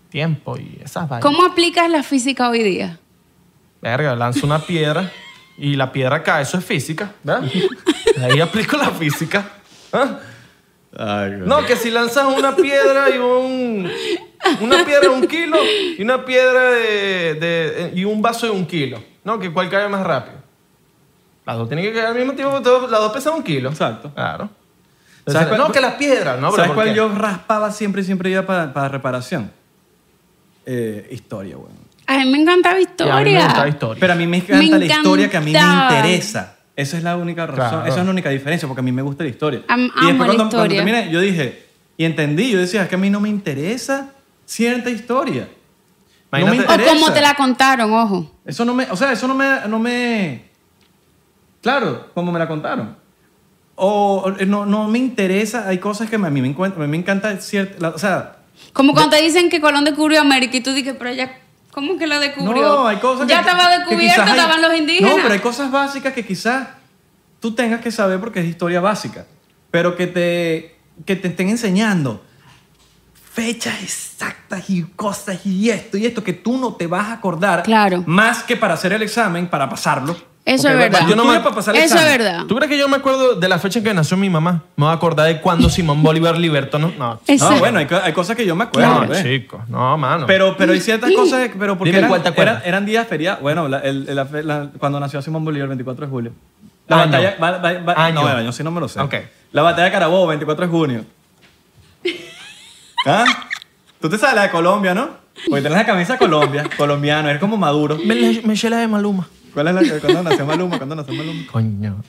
S2: tiempo y esas vainas.
S3: ¿Cómo aplicas la física hoy día?
S2: Verga, lanzo una piedra y la piedra cae. Eso es física, ¿verdad? Ahí aplico la física. ¿Ah? No, que si lanzas una piedra y un... Una piedra de un kilo y una piedra de, de- y un vaso de un kilo. No, que cuál cae más rápido. Las dos tienen que caer al mismo tiempo, todo- las dos pesan un kilo.
S1: Exacto.
S2: Claro.
S1: ¿Sabes cuál-
S2: no, que las piedras, ¿no? pero
S1: ¿Sabes
S2: ¿por
S1: cuál
S2: qué?
S1: yo raspaba siempre y siempre iba para reparación? Eh, historia, weón.
S3: A mí me encantaba
S2: Y a mí me gustaba historia.
S1: Pero a mí me encanta la historia que a mí me
S3: encantaba.
S1: interesa. Esa es la única razón,
S2: Claro.
S1: esa es la única diferencia, porque a mí me gusta la historia.
S3: Am-
S1: y
S3: amo
S1: después
S3: la
S1: cuando, cuando
S3: historia.
S1: terminé, yo dije, y entendí, yo decía, es que a mí no me interesa cierta historia. No me
S2: Imagínate-
S3: O
S1: interesa.
S3: como te la contaron, ojo.
S1: Eso no me, o sea, eso no me, no me, claro, como me la contaron. O o, eh, no, no me interesa, hay cosas que me- a mí me, encuent- a mí me encanta, cierta, la- o sea,
S3: Como cuando te dicen que Colón descubrió América y tú dices, pero ya, ¿cómo que lo descubrió?
S1: no, hay cosas
S3: Ya
S1: que
S3: estaba
S1: que
S3: descubierto,
S1: quizás hay-
S3: estaban los indígenas.
S1: No, pero hay cosas básicas que quizás tú tengas que saber porque es historia básica, pero que te, que te estén enseñando fechas exactas y cosas y esto y esto que tú no te vas a acordar
S3: Claro.
S1: más que para hacer el examen, para pasarlo.
S3: Eso
S1: Porque,
S3: es verdad.
S1: Yo no me voy para pasar el
S3: Eso
S1: examen.
S3: es verdad.
S2: ¿Tú crees que yo me acuerdo de la fecha en que nació mi mamá? Me voy a acordar de cuando Simón Bolívar libertó. No, no.
S1: No,
S3: Exacto.
S1: bueno, hay, co- hay cosas que yo me acuerdo.
S2: No,
S1: pues.
S2: chicos. No, mano.
S1: Pero, pero hay ciertas cosas, que- pero porque
S2: Dime
S1: eran,
S2: cuál te acuerdas.
S1: eran- eran días feriados. Bueno, la- el- la fe- la- cuando nació Simón Bolívar, el 24 de julio. La
S2: Año.
S1: batalla... va- va- va-
S2: Año.
S1: No, el año sí no me lo sé.
S2: Ah, Ok.
S1: La batalla de Carabobo, 24 de junio. ¿Ah? Tú te sabes la de Colombia, ¿no? Porque tenés la camisa de Colombia, colombiano, eres como Maduro.
S2: Me, me eché la de Maluma.
S1: ¿Cuál es la que cuando nació Maluma? ¿Cuándo nació Maluma?
S2: Coño.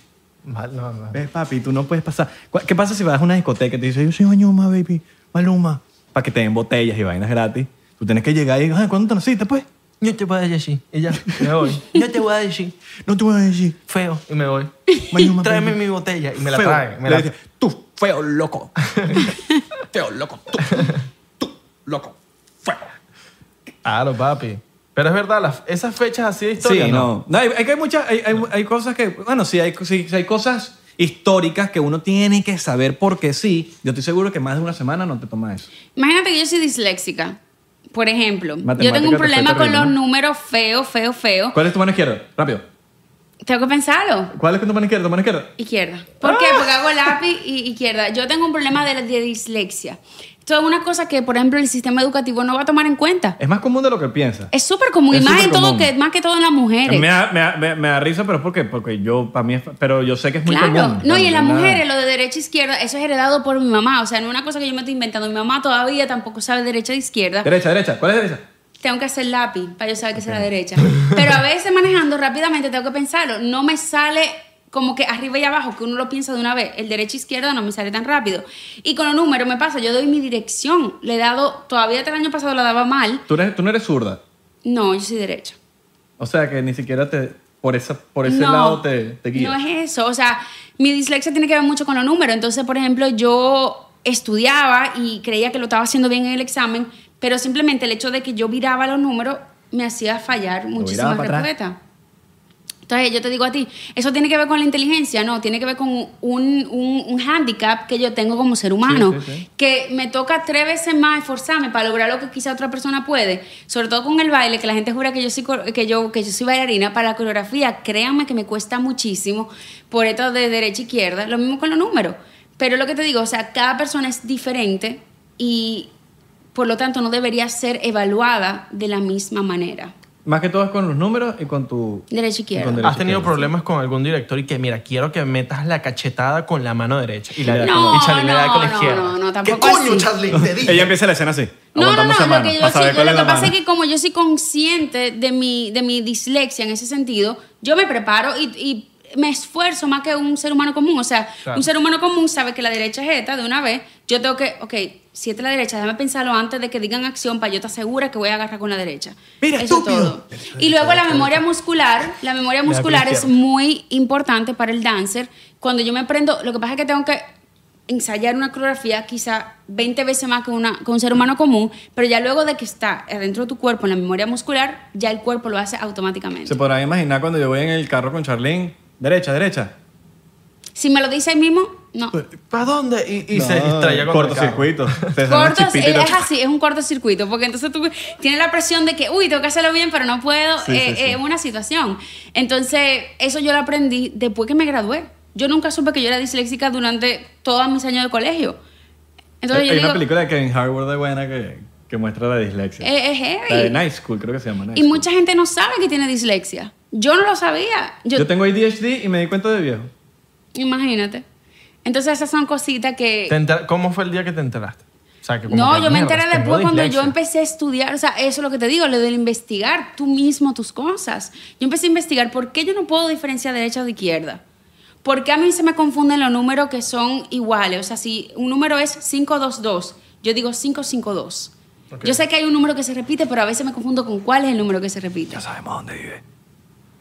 S2: Mal- no, no.
S1: Ves, papi, tú no puedes pasar. ¿Cu- ¿Qué pasa si vas a una discoteca y te dicen, yo soy Maluma, baby, Maluma? Para que te den botellas y vainas gratis. Tú tienes que llegar y, "Ay, ¿cuándo te naciste, pues?
S2: Yo te voy a decir. Y ya. Me voy. Yo te voy a decir.
S1: No te voy a decir.
S2: Feo. Y me voy.
S1: Maluma,
S2: Tráeme
S1: baby.
S2: mi botella. Y me la
S1: Feo.
S2: traen. Me
S1: Le
S2: la-
S1: dice, tú, feo loco. feo loco, tú. Tú, loco. Feo.
S2: Claro, papi. Pero es verdad, las- esas fechas así de historia.
S1: sí, no. No, hay, hay que hay muchas, hay, hay- hay cosas que, bueno, sí hay, sí, sí hay cosas históricas que uno tiene que saber porque sí. Yo estoy seguro que más de una semana no te toma eso.
S3: Imagínate que yo soy disléxica. por ejemplo, yo
S1: Matemática
S3: tengo un
S1: te fue
S3: problema con
S1: terrible,
S3: los
S1: ¿no?
S3: números feos, feos, feos.
S1: ¿Cuál es tu mano izquierda? Rápido.
S3: Tengo que pensarlo.
S1: ¿Cuál es tu mano izquierda? ¿Tu mano izquierda?
S3: Izquierda. ¿Por qué?
S1: Ah.
S3: Porque hago lápiz y izquierda. Yo tengo un problema de, la- de dislexia. Esto es una cosa que, por ejemplo, el sistema educativo no va a tomar en cuenta.
S1: Es más común de lo que piensas.
S3: Es súper común, y
S1: Es
S3: más, en
S1: súper
S3: todo
S1: común.
S3: que, más que todo en las mujeres.
S1: Me da, me, da- me- me da risa, pero es porque, porque yo, para mí, es- pero yo sé que es muy
S3: Claro,
S1: común.
S3: no, y en las
S1: Nada.
S3: mujeres, lo de derecha e izquierda, eso es heredado por mi mamá. O sea, no es una cosa que yo me estoy inventando. Mi mamá todavía tampoco sabe derecha e izquierda.
S1: Derecha, derecha. ¿Cuál es derecha?
S3: Tengo que hacer lápiz para yo saber que es la derecha. Pero a veces manejando rápidamente tengo que pensarlo. No me sale como que arriba y abajo, que uno lo piensa de una vez. El derecha e izquierda no me sale tan rápido. Y con los números me pasa, yo doy mi dirección. Le he dado, todavía hasta el año pasado la daba mal.
S1: Tú, eres- tú no eres zurda.
S3: No, yo soy derecha.
S1: O sea, que ni siquiera te, por, esa, por ese
S3: No,
S1: lado te, te guías.
S3: No es eso. O sea, mi dislexia tiene que ver mucho con los números. Entonces, por ejemplo, yo estudiaba y creía que lo estaba haciendo bien en el examen, pero simplemente el hecho de que yo viraba los números me hacía fallar muchísimas
S1: para atrás.
S3: respuestas. Entonces, yo te digo a ti, ¿eso tiene que ver con la inteligencia? No, tiene que ver con un, un, un handicap que yo tengo como ser humano,
S1: sí, sí.
S3: que me toca tres veces más esforzarme para lograr lo que quizá otra persona puede, sobre todo con el baile, que la gente jura que yo soy, cor- que yo, que yo soy bailarina, para la coreografía, créanme que me cuesta muchísimo por esto de derecha e izquierda, lo mismo con los números, pero lo que te digo, o sea, cada persona es diferente y por lo tanto no debería ser evaluada de la misma manera,
S1: Más que todo es con los números y con tu...
S3: derecha e izquierda.
S1: Con derecha
S2: ¿Has tenido
S1: izquierda.
S2: problemas con algún director y que, mira, quiero que metas la cachetada con la mano derecha? Y, la,
S3: No,
S2: y Charlie le da con la
S3: no,
S2: izquierda.
S3: no, no,
S4: ¿Qué
S3: tampoco
S4: coño,
S3: así.
S4: Charlie? Te dije.
S1: Ella empieza la escena así.
S3: No, no,
S1: aguantando esa
S3: no,
S1: mano,
S3: lo que yo
S1: para
S3: sí,
S1: saber
S3: lo
S1: cuál es
S3: que
S1: la
S3: pasa es
S1: mano.
S3: que como yo soy consciente de mi, de mi dislexia en ese sentido, yo me preparo y, y me esfuerzo más que un ser humano común. O sea,
S2: Claro.
S3: un ser humano común sabe que la derecha es esta de una vez. Yo tengo que, ok, si esta es la derecha, déjame pensarlo antes de que digan acción para yo estar segura que voy a agarrar con la derecha.
S4: Mira,
S3: Eso es
S4: estúpido.
S3: todo. Y luego la memoria muscular, la memoria
S2: con la
S3: muscular es
S2: izquierda.
S3: muy importante para el dancer. Cuando yo me aprendo, lo que pasa es que tengo que ensayar una coreografía quizá 20 veces más que, una, que un ser humano común, pero ya luego de que está dentro de tu cuerpo, en la memoria muscular, ya el cuerpo lo hace automáticamente.
S1: Se podrán imaginar cuando yo voy en el carro con Charlene. Derecha, derecha.
S3: Si me lo dice ahí mismo, no.
S2: ¿Para dónde? Y, y
S1: No,
S2: se distraía con
S1: Cortocircuito. Se salen
S3: Cortos, eh,
S1: chispitas y
S3: es
S1: todo.
S3: así, es un cortocircuito, porque entonces tú tienes la presión de que, uy, tengo que hacerlo bien, pero no puedo, eh,
S1: Sí,
S3: es
S1: sí, sí.
S3: una situación. Entonces, eso yo lo aprendí después que me gradué. Yo nunca supe que yo era disléxica durante todos mis años de colegio. Entonces
S1: Eh, Hay
S3: yo digo,
S1: una película de Kevin Hardware de buena que, que muestra la dislexia.
S3: "Eh, es
S1: la de
S3: heavy.
S1: Night School, creo que se llama. Night
S3: Y
S1: School.
S3: mucha gente no sabe que tiene dislexia. Yo no lo sabía. Yo,
S1: Yo... tengo ADHD y me di cuenta de viejo.
S3: Imagínate. Entonces esas son cositas que...
S2: Te enter- ¿Cómo fue el día que te enteraste? O sea, que como
S3: No,
S2: que,
S3: yo me
S2: mierda,
S3: enteré
S2: tengo
S3: después cuando yo
S2: dislexia.
S3: empecé a estudiar, o sea, eso es lo que te digo, lo de investigar tú mismo tus cosas. Yo empecé a investigar por qué yo no puedo diferenciar derecha de izquierda. ¿Por qué a mí se me confunden los números que son iguales? O sea, si un número es 522, yo digo 552. Yo sé que hay un número que se repite, pero a veces me confundo con cuál es el número que se repite.
S1: sabemos dónde vive.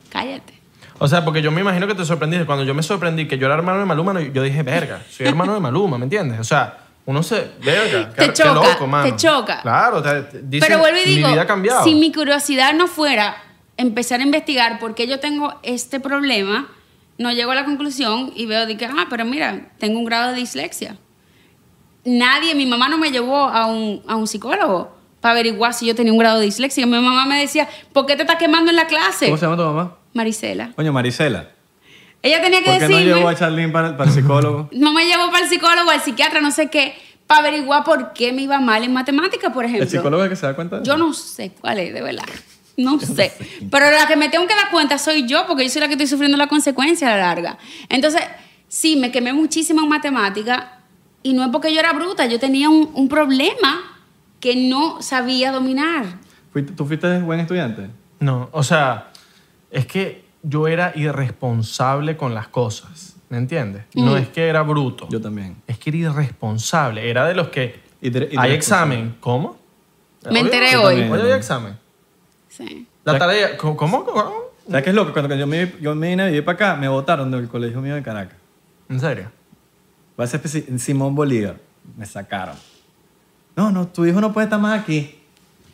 S3: Cállate.
S2: O sea, porque yo me imagino que te sorprendiste. Cuando yo me sorprendí que yo era hermano de Maluma, no- yo dije, verga, soy hermano de Maluma, ¿me entiendes? O sea, uno se... Verga,
S3: Te
S2: qué- qué
S3: choca,
S2: loco, mano.
S3: te choca.
S2: Claro, te, te dicen,
S3: Pero vuelvo y digo,
S2: mi vida ha cambiado.
S3: si mi curiosidad no fuera empezar a investigar por qué yo tengo este problema, no llego a la conclusión y veo de que, ah, pero mira, tengo un grado de dislexia. Nadie, mi mamá no me llevó a un, a un psicólogo para averiguar si yo tenía un grado de dislexia. Mi mamá me decía, ¿por qué te estás quemando en la clase?
S1: ¿Cómo se llama tu mamá?
S3: Marisela.
S1: Coño, Marisela.
S3: Ella tenía que
S1: ¿Por qué no
S3: decirme
S1: llevó a Charlene para, para el psicólogo?
S3: no me llevó para el psicólogo, al psiquiatra, no sé qué, para averiguar por qué me iba mal en matemática, por ejemplo.
S1: ¿El psicólogo es el que se da cuenta? de
S3: Yo
S1: eso?
S3: no sé cuál es, de verdad. No sé. Pero la que me tengo que dar cuenta soy yo, porque yo soy la que estoy sufriendo la consecuencia a la larga. Entonces, sí, me quemé muchísimo en matemática y no es porque yo era bruta, yo tenía un, un problema que no sabía dominar.
S1: Fuiste- ¿Tú fuiste buen estudiante?
S2: No, o sea, es que yo era irresponsable con las cosas, ¿me entiendes?
S3: Mm.
S2: No es que era bruto.
S1: Yo también.
S2: Es que era irresponsable. Era de los que...
S1: Y te- y te
S2: hay
S1: responsable.
S2: examen. ¿Cómo?
S3: Me enteré
S2: hoy.
S1: hoy.
S2: Hoy hay examen.
S3: Sí.
S2: La tarea... ¿Cómo? ¿Cómo?
S1: ¿Sabes qué es loco? Cuando yo me, yo me vine a vivir para acá, me votaron del colegio mío de Caracas.
S2: ¿En serio?
S1: Va a ser especi- en Simón Bolívar. Me sacaron. No, no, tu hijo no puede estar más aquí.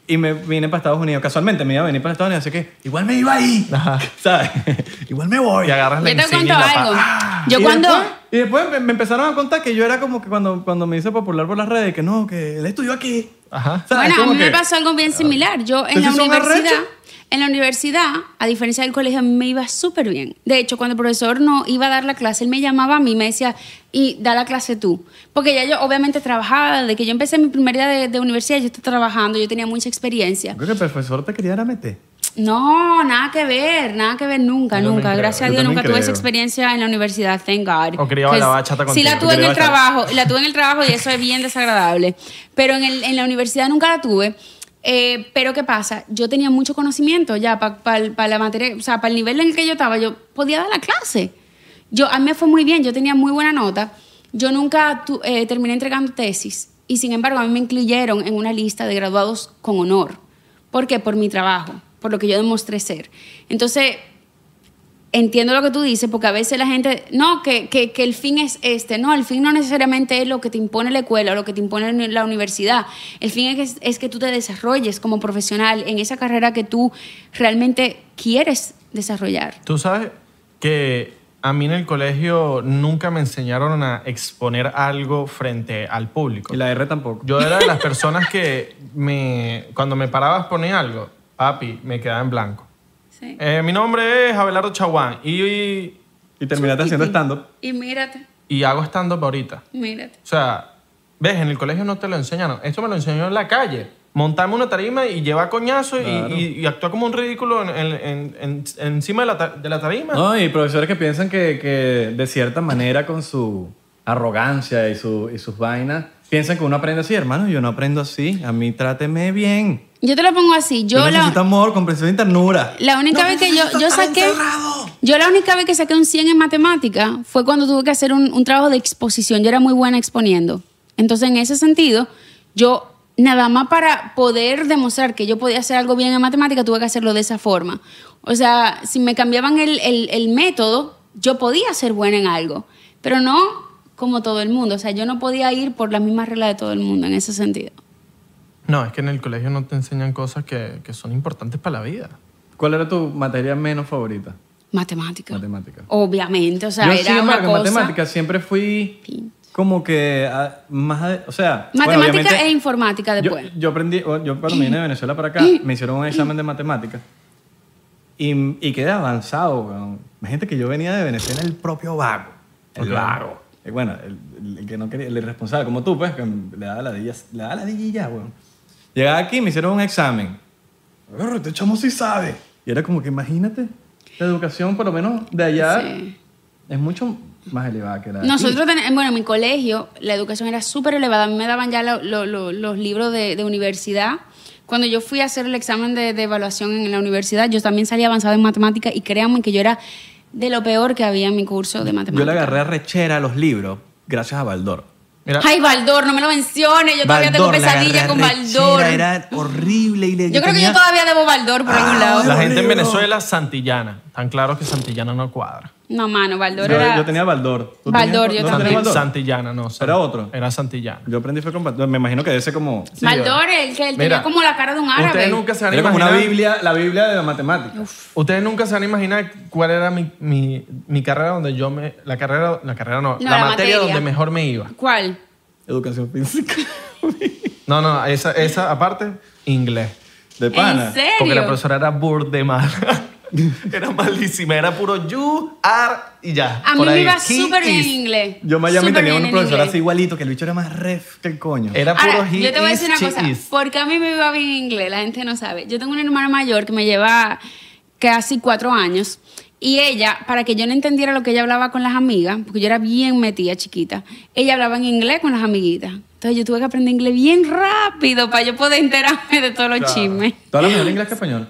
S1: Y me vine para Estados Unidos. Casualmente me iba a venir para Estados Unidos, así que igual me iba ahí.
S2: Ajá.
S1: ¿Sabes? igual me voy.
S2: Y agarras Ah, la
S3: Yo te
S2: insignia y
S3: cuento
S2: la pa-
S3: algo.
S2: ¡Ah!
S3: Yo
S1: Y
S3: cuando-
S1: después- y después me, me empezaron a contar que yo era como que cuando, cuando me hice popular por las redes, que no, que él estudió aquí.
S2: Ajá.
S1: ¿Sabes?
S3: Bueno, a
S1: Como
S3: mí me
S1: que-
S3: pasó algo bien similar. Yo en
S1: ¿Ustedes
S3: la
S1: sí son
S3: universidad,
S1: arrechos?
S3: en la universidad, a diferencia del colegio, a mí me iba súper bien. De hecho, cuando el profesor no iba a dar la clase, él me llamaba a mí y me decía, y da la clase tú. Porque ya yo obviamente trabajaba, desde que yo empecé mi primer día de, de universidad, yo estaba trabajando, yo tenía mucha experiencia.
S1: Creo que el profesor te quería era meter.
S3: No, nada que ver, nada que ver nunca,
S1: Yo también
S3: nunca.
S1: creo,
S3: Gracias a
S1: yo
S3: Dios
S1: también
S3: nunca tuve
S1: creo.
S3: esa experiencia en la universidad, thank God.
S2: O criaba
S3: Pues,
S2: la bachata
S3: Sí,
S2: contigo.
S3: la tuve
S1: Criaba
S3: en el
S1: bachata.
S3: trabajo, la tuve en el trabajo y eso es bien desagradable. Pero en, el- en la universidad nunca la tuve. Eh, pero ¿qué pasa? Yo tenía mucho conocimiento ya para la materia, o sea, para el nivel en el que yo estaba, yo podía dar la clase. Yo, a mí me fue muy bien, yo tenía muy buena nota. Yo nunca tu- eh, terminé entregando tesis y sin embargo a mí me incluyeron en una lista de graduados con honor. ¿Por qué? Por mi trabajo, por lo que yo demostré ser. Entonces, entiendo lo que tú dices, porque a veces la gente, no, que, que, que el fin es este, no, el fin no necesariamente es lo que te impone la escuela o lo que te impone la universidad, el fin es, es que tú te desarrolles como profesional en esa carrera que tú realmente quieres desarrollar.
S2: Tú sabes que a mí en el colegio nunca me enseñaron a exponer algo frente al público.
S1: Y la R tampoco.
S2: Yo era de las personas que me, cuando me paraba a exponer algo, papi, me quedaba en blanco.
S3: Sí.
S2: Eh, mi nombre es Abelardo Chaguán y, y,
S1: Y terminaste haciendo stand-up.
S3: Y mírate,
S2: y hago stand-up ahorita.
S3: mírate.
S2: O sea, ves, en el colegio no te lo enseñaron. Esto me lo enseñó en la calle. Montarme una tarima y llevar coñazo y-
S1: Claro.
S2: y, y actuar como un ridículo en- en- en- en- encima de la, ta- de la tarima.
S1: No, y profesores que piensan que, que de cierta manera con su arrogancia y, su, y sus vainas, piensan que uno aprende así, hermano, yo no aprendo así, a mí tráteme bien.
S3: Yo te lo pongo así,
S1: Yo,
S3: yo, la...
S1: necesito amor, comprensión y ternura.
S3: La única vez que yo, yo saqué. Yo la única vez que saqué un 100 en matemática fue cuando tuve que hacer un, un trabajo de exposición. Yo era muy buena exponiendo. Entonces, en ese sentido, yo nada más para poder demostrar que yo podía hacer algo bien en matemática, tuve que hacerlo de esa forma. O sea, si me cambiaban el, el- el método, yo podía ser buena en algo, pero no como todo el mundo. O sea, yo no podía ir por las mismas reglas de todo el mundo en ese sentido.
S2: No, es que en el colegio no te enseñan cosas que, que son importantes para la vida.
S1: ¿Cuál era tu materia menos favorita?
S3: Matemática.
S1: Matemática.
S3: Obviamente, o sea,
S1: yo,
S3: era
S1: sin
S3: una
S1: embargo, en
S3: cosa...
S1: matemáticas siempre fui
S3: Pinche.
S1: como que ah, más... ade- O sea... bueno,
S3: Matemática
S1: obviamente-
S3: e informática
S1: Yo,
S3: después.
S1: yo aprendí, o- yo cuando vine de Venezuela para acá, me hicieron un examen de matemáticas y, y quedé avanzado. weón. Imagínate que yo venía de Venezuela el propio vago. El
S2: Ok.
S1: vago. Eh, Bueno, el, el- el que no quería, el irresponsable, como tú, pues, que le daba la dilla, le daba la dilla y ya, weón. Llegaba aquí y me hicieron un examen. Agarra, Este chamo sí sabe. Y era como que imagínate, la educación, por lo menos de allá,
S3: Sí.
S1: es mucho más elevada que la de aquí.
S3: Nosotros, ten- bueno, en mi colegio la educación era súper elevada. A mí me daban ya lo- lo- lo- los libros de, de universidad. Cuando yo fui a hacer el examen de, de evaluación en la universidad, yo también salí avanzada en matemática y créanme que yo era de lo peor que había en mi curso de
S1: Yo le
S3: matemáticas.
S1: agarré a rechera a los libros gracias a Baldor.
S2: Mira,
S3: Ay, Baldor, no me lo menciones. Yo todavía tengo
S1: Baldor, la
S3: pesadilla con
S1: arrechera,
S3: Baldor.
S1: Era horrible y le
S3: Yo creo que
S1: tenía- Ah,
S3: yo todavía debo Baldor por algún lado.
S2: la gente en
S1: horrible,
S2: Venezuela santillana. Tan claro que santillana no cuadra.
S3: No, mano, Baldor
S1: Yo,
S3: era...
S1: yo tenía Baldor. ¿Tú
S3: Baldor,
S1: tenías-
S3: yo
S1: no
S3: también.
S1: tenías Baldor?
S2: Santillana, no. san-
S1: Era otro.
S2: Era santillana.
S1: Yo aprendí fue con Baldor. Me imagino que debe ser como...
S3: Baldor, el que él tenía
S2: Mira,
S3: como la cara de un árabe.
S2: Ustedes nunca se van a
S1: Era como una
S2: imaginar...
S1: biblia, la biblia de la matemática.
S2: Ustedes nunca se van a imaginar cuál era mi, mi, mi carrera donde yo me... La carrera... La carrera no.
S3: No,
S2: la
S3: la
S2: materia
S3: materia.
S2: donde mejor me iba.
S3: ¿Cuál?
S1: Educación física.
S2: No, no. Esa, esa aparte, inglés.
S1: De pana.
S3: ¿En serio?
S2: Porque la profesora era burde mala. era malísima. Era puro you, are y ya.
S3: A mí
S2: por
S3: me
S2: ahí.
S3: iba
S2: He
S3: súper bien
S2: is.
S3: en inglés.
S1: Yo en Miami
S3: Súper
S1: tenía
S3: bien
S1: un
S3: en
S1: profesor
S3: inglés.
S1: así igualito, que el bicho era más ref que el coño.
S2: Era puro
S3: Ahora,
S2: he
S3: yo te voy a
S2: is,
S3: decir una
S2: she
S3: cosa.
S2: is.
S3: Porque a mí me iba bien en inglés, la gente no sabe. Yo tengo una hermana mayor que me lleva casi cuatro años. Y ella, para que yo no entendiera lo que ella hablaba con las amigas, porque yo era bien metida chiquita, ella hablaba en inglés con las amiguitas. Entonces yo tuve que aprender inglés bien rápido para yo poder enterarme de todos los chismes.
S1: ¿Tú hablas mejor inglés que español?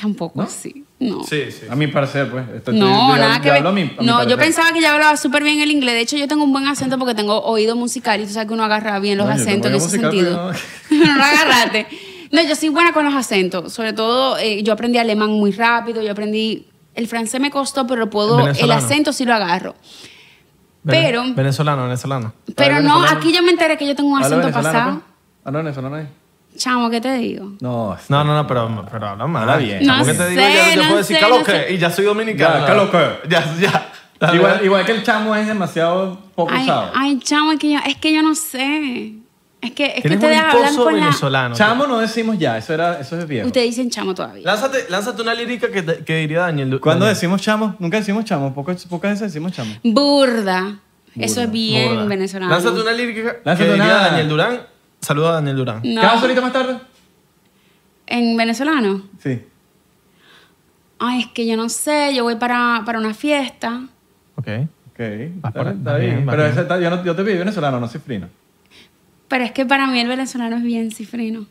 S3: Tampoco sí. No.
S2: Sí, sí.
S1: A mi parecer, pues. Esto-
S3: No,
S1: yo- yo
S3: nada que ver.
S1: hablo a mi- a mi
S3: no, yo
S1: parecer.
S3: pensaba que ya hablaba súper bien el inglés. De hecho, yo tengo un buen acento porque tengo oído musical y tú sabes que uno agarra bien los
S1: No, yo tengo
S3: acentos en
S1: oído
S3: ese
S1: musical,
S3: sentido. no lo agarraste. No, yo soy buena con los acentos. Sobre todo, eh, yo aprendí alemán muy rápido. Yo aprendí. El francés me costó, pero puedo. El
S2: Venezolano.
S3: acento sí lo agarro.
S2: Vene-
S3: pero-
S2: Venezolano, venezolano.
S3: Pero
S1: Habla
S3: no,
S1: venezolano.
S3: aquí yo me enteré que yo tengo un
S1: ¿Habla
S3: acento
S1: venezolano,
S3: pasado.
S1: pues? ¿Habla venezolano ahí?
S3: Chamo, ¿qué te digo?
S1: No.
S2: No, no, no, pero, pero habla mal.
S1: Habla bien.
S3: No
S2: ¿Cómo que te
S3: sé,
S2: digo? Yo, yo
S3: no
S2: puedo decir
S3: sé,
S2: calo
S3: no
S2: que
S3: sé.
S2: y ya soy dominicano.
S1: Ya, calo que.
S2: Ya, ya. ¿Sabes?
S1: Igual, igual que el chamo es demasiado poco
S3: Ay,
S1: usado.
S3: ay, chamo, es que, yo, es que yo no sé. Es que, es que
S2: Tienes un
S3: ustedes hablan
S2: esposo
S3: con la...
S2: venezolano.
S1: Chamo no decimos ya, eso, era, eso es viejo.
S3: Ustedes dicen chamo todavía.
S2: Lánzate, lánzate una lírica que, te- que diría Daniel.
S1: ¿Cuándo
S2: Daniel.
S1: decimos chamo? Nunca decimos chamo, pocas, pocas veces decimos chamo.
S3: Burda. Eso es bien
S2: Burda.
S3: venezolano.
S2: Lánzate una lírica
S1: Lánzate
S2: que diría
S1: una-
S2: Daniel Durán. Saluda a Daniel Durán.
S3: No.
S1: ¿Qué haces ahorita más tarde?
S3: ¿En venezolano?
S1: Sí.
S3: Ay, es que yo no sé. Yo voy para, para una fiesta.
S2: Ok.
S1: Ok. Está,
S2: Vas por-
S1: está
S2: vas
S1: bien.
S2: bien, vas
S1: Pero
S2: bien.
S1: ese está- yo, no- yo te pido venezolano, no cifrino.
S3: Pero es que para mí el venezolano es bien cifrino.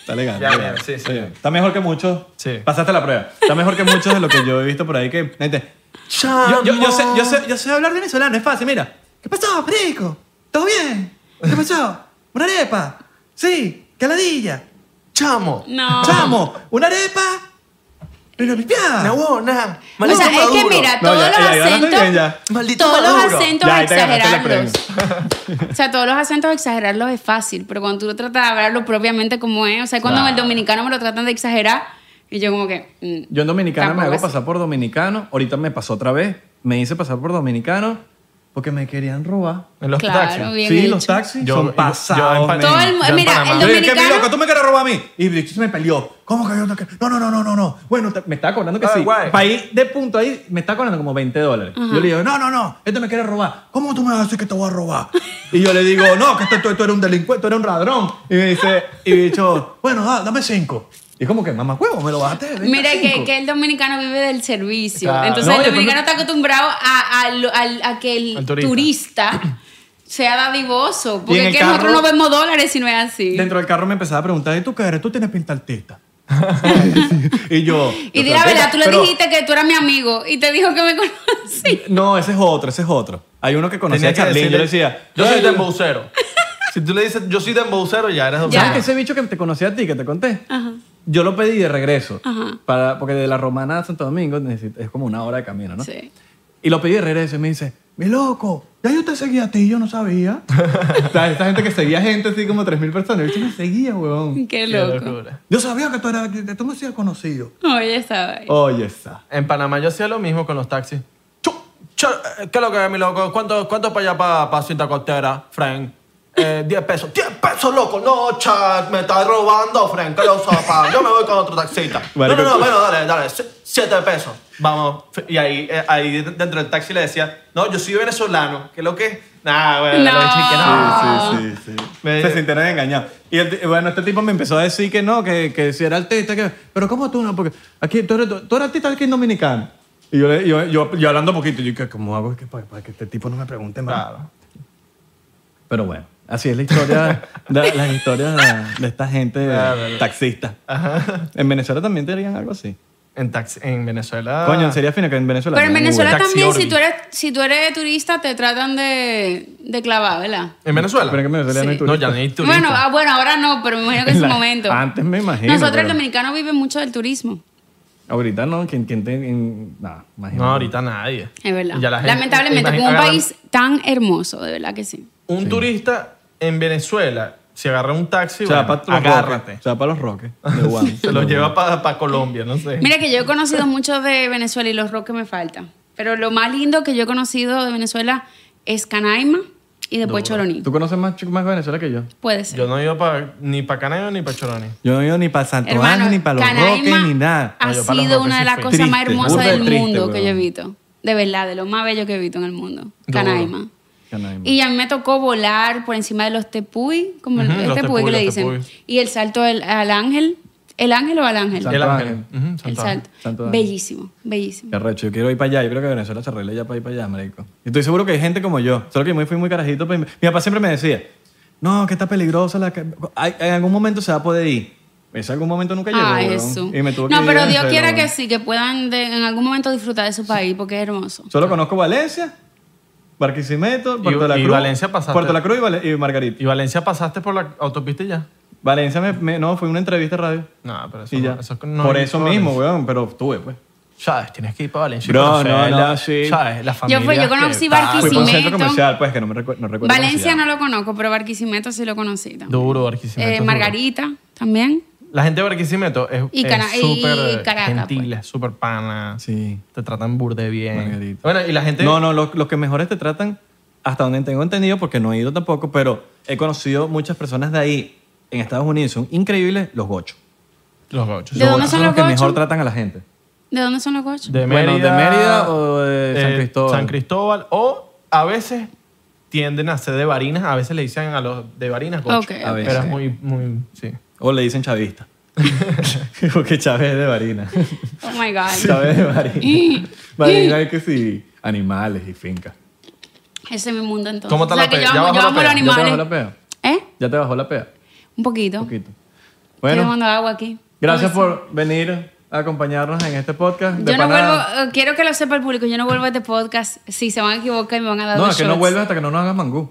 S1: Está legal.
S2: Ya,
S1: está legal.
S2: ya, sí, sí.
S1: Está bien. Está mejor que muchos.
S2: Sí.
S1: Pasaste la prueba. Está mejor que muchos de lo que yo he visto por ahí que. Gente, yo, yo, yo sé, yo, sé, yo sé hablar venezolano, es fácil, mira. ¿Qué pasó, marico? ¿Todo bien? ¿Qué pasó? ¿Una arepa? Sí, caladilla.
S2: Chamo.
S3: No.
S1: Chamo, ¿una arepa? ¿Una pipiada?
S2: Nahuona.
S3: O sea, es que mira,
S1: No,
S3: todos
S1: ya,
S3: los
S1: ya, ya,
S3: acentos.
S1: ya, ya.
S2: Maldito
S3: todos los
S2: Maduro.
S3: acentos
S1: Ya, ahí te ganaste la
S3: exagerados. O sea, todos los acentos exagerarlos es fácil, pero cuando tú lo tratas de hablarlo propiamente como es, o sea, cuando en el
S1: Claro.
S3: dominicano me lo tratan de exagerar, y yo como que... mm,
S1: Yo en Dominicana me
S3: Tampoco
S1: hago
S3: así.
S1: pasar por dominicano. Ahorita me pasó otra vez. Me hice pasar por dominicano porque me querían robar.
S2: En los
S3: Claro,
S2: taxis.
S3: bien
S1: sí,
S3: hecho.
S1: los taxis
S2: Yo- yo- yo
S1: son
S2: en
S1: pasados.
S2: Pan-
S1: men.
S3: Todo el,
S2: Ya en
S3: mira, el
S2: Panamá.
S1: Yo dije, "Mi
S3: dominicano...
S1: loco, tú me quieres robar a mí. Y Brichis me peleó. ¿Cómo que yo no quiero? No, no, no, no, no, no. Bueno, te- me estaba cobrando que
S2: Ah,
S1: sí.
S2: guay.
S1: Para ir de punto ahí, me estaba cobrando como 20 dólares. Yo le digo, no, no, no, este me quiere robar. ¿Cómo tú me vas a decir que te voy a robar? Y yo le digo, no, que este- tú, tú eres un delincuente, tú eres un ladrón. Y me dice, y bicho, bueno, da- dame cinco. Y como que, mamá, huevo, me lo bajaste. de 20
S3: Mira
S1: a
S3: que,
S1: cinco".
S3: que el dominicano vive del servicio.
S2: Claro.
S3: Entonces
S1: No, y
S3: el
S1: después
S3: dominicano
S1: me-
S3: está acostumbrado a, a lo- al- a que el
S2: Al turista.
S3: turista. sea dadivoso.
S1: en
S3: Porque
S1: el
S3: es que nosotros
S1: carro-
S3: no vemos dólares si no es así.
S1: Dentro del carro me empezaba a preguntar, ¿y tú qué eres? ¿Tú tienes pinta artista? y yo...
S3: Y
S1: yo
S3: di la
S1: soy
S3: verdad, tú le
S1: pero-
S3: dijiste que tú eras mi amigo y te dijo que me conocí.
S1: No, ese es otro, ese es otro. Hay uno que conocía
S2: Tenía
S1: a
S2: que
S1: Charlene, yo
S2: decirle,
S1: le decía...
S2: Yo
S1: "Ey,
S2: soy dembocero. si tú le dices, yo soy dembocero, ya eres
S3: Ya.
S1: ¿Sabes
S2: dominicano.
S1: que ese bicho que te conocí a ti, que te conté?
S3: Ajá.
S1: Yo lo pedí de regreso.
S3: Ajá.
S1: Para, porque de la Romana a Santo Domingo necesit- es como una hora de camino, ¿no?
S3: Sí.
S1: Y lo pedí de regreso y me dice, mi loco, ya yo te seguía a ti, yo no sabía. O sea, Esta gente que seguía gente así como 3.000 personas. El bicho me seguía, huevón.
S3: Qué
S2: Qué
S3: loco.
S2: locura.
S1: Yo sabía que tú, eras, que tú me habías conocido.
S3: Oye, estaba ahí.
S1: Oye, esa.
S2: En Panamá yo hacía lo mismo con los taxis. Chu, chu, eh, ¿Qué es lo que es, mi loco? ¿Cuánto, cuánto para allá para pa cinta costera, Frank? Eh, 10 pesos. 10 pesos, loco. No, chat, me estás robando, Frank. ¿Qué lo sopa? Yo me voy con otro taxista. No, no, no, bueno, dale, dale. 7 pesos. Vamos. Y ahí, eh, ahí dentro del taxi le decía, no, yo soy venezolano. ¿Qué es lo que es? Nah, bueno,
S3: No.
S2: lo dije que no.
S3: Ah.
S1: Sí, sí, sí.
S2: Me-
S1: Se sintieron engañados. Y el t- bueno, este tipo me empezó a decir que no, que, que si era artista, que... Pero ¿cómo tú no? Porque aquí, tú eres, tú eres artista aquí en Dominicano. Y yo, le- yo, yo, yo hablando poquito, yo que ¿cómo hago que, para, para que este tipo no me pregunte más?
S2: Claro.
S1: Pero bueno, así es la historia, de, las historias de, de esta gente
S2: Claro.
S1: taxista.
S2: Ajá.
S1: En Venezuela también te harían algo así.
S2: En, taxi, en Venezuela.
S1: Coño, sería fino que en Venezuela...
S3: Pero en
S1: tengan
S3: Venezuela
S1: Uber.
S2: taxi
S3: también, si
S2: Orbi.
S3: tú, eres, si tú eres turista, te tratan de, de clavar, ¿verdad?
S2: ¿En Venezuela?
S1: Pero en Venezuela no hay
S2: No,
S1: turista.
S2: ya ni turista.
S3: Bueno, ah, bueno, ahora no, pero me imagino que en su
S1: La-
S3: momento.
S1: Antes me imagino.
S3: Nosotros, el
S1: pero
S3: dominicano, vive mucho del turismo.
S1: Ahorita no, quien, quien te... en- nah, imagínate.
S2: No, ahorita nadie.
S3: Es verdad.
S2: Ya la gente-
S3: Lamentablemente,
S2: imagina-
S3: como un
S2: agarran-
S3: país tan hermoso, de verdad que sí.
S2: Un turista en Venezuela, si agarra un taxi,
S1: O sea,
S2: bueno,
S1: para los
S2: agárrate.
S1: roques. O sea, para los roques. de Guam.
S2: Se lo lleva para Colombia, no sé.
S3: Mira que yo he conocido mucho de Venezuela y los roques me faltan. Pero lo más lindo que yo he conocido de Venezuela es Canaima y después Choroní.
S1: Tú conoces más, chico- más Venezuela que yo.
S3: Puede ser.
S2: Yo no he ido pa- ni para Canaima ni para Choroni.
S1: Yo no he ido ni para Santo
S3: Hermano,
S1: Ángel, ni para los
S3: Canaima
S1: roques, ni nada.
S3: ha
S2: No, yo para los
S3: sido
S2: Roques
S3: una de
S2: sí
S3: las
S2: fui.
S3: cosas más
S1: Triste,
S3: hermosas
S1: burda de
S3: del
S1: triste,
S3: mundo que yo he
S1: weón.
S3: visto. De verdad, de lo más bello que he visto en el mundo.
S2: Duro.
S3: Canaima.
S1: Canaima.
S3: Y a mí me tocó volar por encima de los tepuy, como el-
S2: Ujú,
S3: el
S2: los
S3: tepuy
S2: tepuy,
S3: que le
S2: los
S3: dicen.
S2: tepuy.
S3: Y el salto del- al ángel. ¿El ángel o al ángel?
S1: Santo
S2: El Ángel.
S1: Ángel.
S2: Ujú,
S3: el
S2: Santo Ángel.
S3: salto.
S1: Santo Ángel.
S3: bellísimo, bellísimo.
S1: Qué arrecho, yo quiero ir para allá. Yo creo que Venezuela se arregle ya para ir para allá, marico. Y estoy seguro que hay gente como yo. Solo que yo me fui muy carajito. pues, mi papá siempre me decía, no, que está peligrosa la... ca- Ay, en algún momento se va a poder ir. Ese algún momento nunca llegó,
S3: Ay,
S1: weón.
S3: Ah, Jesús.
S1: Y me tuvo que
S3: no,
S1: ir a
S3: pero Dios
S1: Venezuela,
S3: quiera que
S1: weón.
S3: sí, que puedan de- en algún momento disfrutar de su país, porque es hermoso.
S1: Solo conozco Valencia, Barquisimeto, Puerto de la
S2: y
S1: Cruz.
S2: Valencia pasaste.
S1: Puerto de la Cruz y, Vale- y Margarita.
S2: ¿Y Valencia pasaste por la autopista y ya?
S1: Valencia me, me- no, fue una entrevista de radio.
S2: No, pero eso,
S1: Y
S2: no-
S1: ya.
S2: eso no
S1: Por
S2: hay
S1: eso
S2: problemas.
S1: mismo, weón, pero estuve, pues.
S2: ¿Sabes? Tienes que ir para Valencia. y
S1: Bro,
S2: conocerla,
S1: no, no, sí.
S2: ¿Sabes? La
S3: Yo
S2: familia.
S3: fui- yo conocí
S1: Fui para un centro
S3: Barquisimeto.
S1: comercial, pues, que no me recu- no recuerdo. cómo se
S3: Ah, Valencia
S1: llama.
S3: no lo conozco, pero Barquisimeto sí lo conocí también.
S2: Duro, Barquisimeto.
S3: Eh,
S2: duro.
S3: Margarita también.
S2: La gente de Barquisimeto es
S3: Y Cana-
S2: es súper
S3: y Caracas, pues.
S2: gentil, es súper pana.
S1: Sí.
S2: Te tratan burde bien.
S1: Margarita.
S2: Bueno, y la gente...
S1: No, no, los, los que mejores te tratan, hasta donde tengo entendido, porque no he ido tampoco, pero he conocido muchas personas de ahí en Estados Unidos, son increíbles los gochos.
S2: Los gauchos.
S3: ¿De dónde
S1: gochos
S3: son
S1: los
S3: los
S1: que
S3: gochos?
S1: mejor tratan a la gente.
S3: ¿De dónde son los gochos?
S2: De eh,
S1: Bueno, ¿de Mérida o de San Cristóbal?
S2: San Cristóbal. O a veces tienden a ser de Barinas. A veces le dicen a los de Barinas gocho.
S3: Ok,
S1: A ok.
S2: Pero
S1: veces.
S2: es muy, muy... Sí.
S1: O le dicen chavista. porque Chávez es de Barina.
S3: Oh my God.
S1: Chávez es de Barina. Barina es que sí, animales y fincas.
S3: Ese es mi mundo entonces.
S2: ¿Cómo está
S3: o sea,
S2: la
S3: que
S2: pea?
S3: yo
S2: ¿Ya
S3: amo,
S2: bajó
S3: yo
S2: la
S3: amo
S2: pea?
S3: los
S1: ¿Ya te bajó
S3: animales.
S1: la pea?
S3: ¿Eh?
S1: ¿Ya te bajó la pea?
S3: Un poquito.
S1: Un poquito.
S3: Estoy
S1: Bueno,
S3: tomando agua aquí.
S1: gracias por venir a acompañarnos en este podcast. De
S3: Yo no
S1: pana-
S3: vuelvo, eh, quiero que lo sepa el público, yo no vuelvo a este podcast. Si se van a equivocar y me van a dar
S1: No,
S3: dos
S1: es que no
S3: shots.
S1: vuelves hasta que no nos hagas mangú.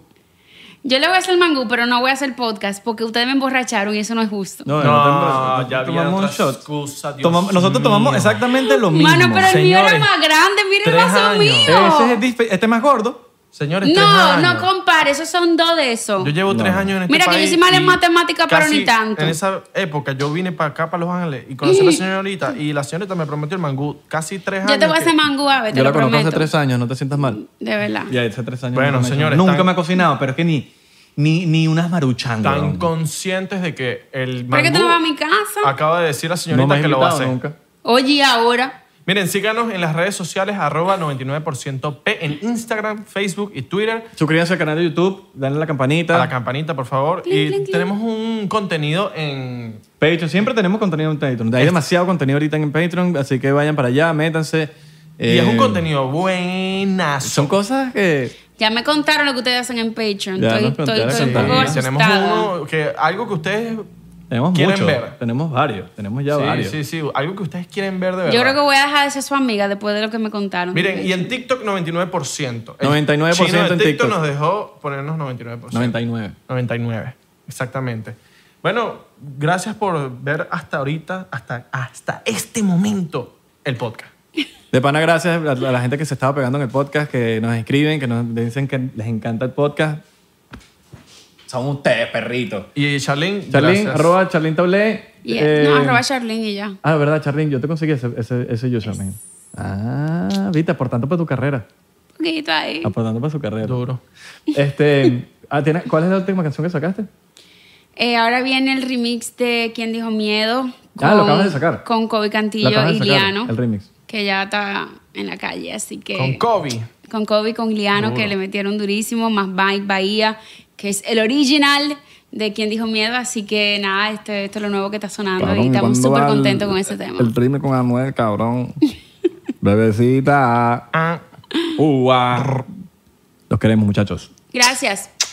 S3: Yo le voy a hacer mangú, pero no voy a hacer podcast porque ustedes me emborracharon y eso no es justo.
S1: No,
S2: No, ya había
S1: tomamos un
S2: otra
S1: shot.
S2: excusa, Dios
S1: Tomamos- nosotros tomamos
S2: mío.
S1: exactamente lo mismo.
S3: Mano, pero el mío era
S2: Señores,
S3: más grande, miren el
S2: tres
S3: vaso
S2: años.
S1: Ese es
S3: mío.
S1: el dispe- este es más gordo.
S2: Señores, tres
S3: no,
S2: años.
S3: no compare, esos son dos de esos.
S2: Yo llevo
S1: No.
S2: tres años en este
S3: Mira que yo
S2: país
S3: soy mala en
S2: y
S3: matemática, pero
S2: casi
S3: ni tanto.
S2: En esa época yo vine para acá, para Los Ángeles, y conocí a la señorita, y la señorita me prometió el mangú casi tres años.
S3: Yo te voy a
S2: que-
S3: hacer mangú, a ver, te
S1: Yo la
S3: lo
S1: conozco
S3: prometo.
S1: hace tres años, no te sientas mal.
S3: De verdad.
S1: Ya, hace tres años.
S2: Bueno,
S1: no me he hecho-
S2: señores,
S1: Nunca
S2: tan-
S1: me ha cocinado, pero es que ni, ni, ni unas maruchangas.
S2: Tan
S1: weón.
S2: conscientes de que el
S3: ¿Pero
S2: mangú... Ah.
S3: es que tú no vas a mi casa?
S2: Acaba de decir la
S1: No me
S2: señorita
S1: has
S2: que lo va a
S1: invitado
S2: hacer.
S1: nunca.
S3: Oye, ¿y ahora.
S2: Miren, síganos en las redes sociales, arroba 99% P, en Instagram, Facebook y Twitter.
S1: Suscríbanse al canal de YouTube, denle a la
S2: A
S1: campanita.
S2: la campanita, por favor.
S3: Clink,
S2: y
S3: clink, clink.
S2: tenemos un contenido en...
S1: Patreon, siempre tenemos contenido en Patreon.
S2: Este-
S1: Hay demasiado contenido ahorita en Patreon, así que vayan para allá, métanse.
S2: y es
S1: Eh,
S2: un contenido buenazo.
S1: Son cosas que.
S3: Ya me contaron lo que ustedes hacen en Patreon.
S1: Ya
S3: estoy
S1: nos
S3: estoy,
S1: contaron,
S3: estoy un
S1: sí.
S3: poco
S1: Tenemos
S2: tenemos
S3: asustada.
S2: uno que algo que ustedes
S1: Tenemos
S2: ¿Quieren
S1: muchos.
S2: ver?
S1: Tenemos varios. Tenemos ya
S2: sí,
S1: varios.
S2: sí, sí, algo que ustedes quieren ver de verdad.
S3: Yo creo que voy a dejar de ser su amiga después de lo que me contaron.
S2: Miren, y en TikTok 99%. El
S1: 99%
S2: chino de
S1: en
S2: TikTok
S1: TikTok.
S2: nos dejó ponernos 99%.
S1: 99.
S2: 99, exactamente. Bueno, gracias por ver hasta ahorita, hasta, hasta este momento, el podcast.
S1: De pana, gracias a a la gente que se estaba pegando en el podcast, que nos escriben, que nos dicen que les encanta el podcast. Son ustedes, perritos.
S2: Y Charlene,
S1: Charlin,
S2: gracias.
S1: arroba Charlin Taulé.
S3: Y-
S1: Eh,
S3: no, arroba Charlene y ya.
S1: Ah, verdad, Charlin, yo te conseguí ese, ese, ese username. Ah, viste, aportando para tu carrera.
S3: Un poquito ahí.
S1: Aportando para su carrera.
S2: Duro.
S1: Este, ah, ¿tiene- ¿Cuál es la última canción que sacaste?
S3: Eh, ahora viene el remix de ¿Quién dijo miedo?
S1: Ah, lo acabas de sacar.
S3: Con Kobe
S1: La
S3: Cantillo
S1: acabas
S3: y
S1: de sacar,
S3: Liano,
S1: El remix.
S3: que ya está en la calle, así que...
S2: Con Kobe.
S3: con Kobe y con Liano,
S2: Duro.
S3: que le metieron durísimo, más Mike Bahía, que es el original de Quien Dijo Miedo, así que nada, esto, esto es lo nuevo que está sonando y estamos súper contentos con ese tema.
S1: ritmo con Anuel, cabrón. Bebecita.
S2: Ah.
S1: Uva. Los queremos, muchachos.
S3: Gracias.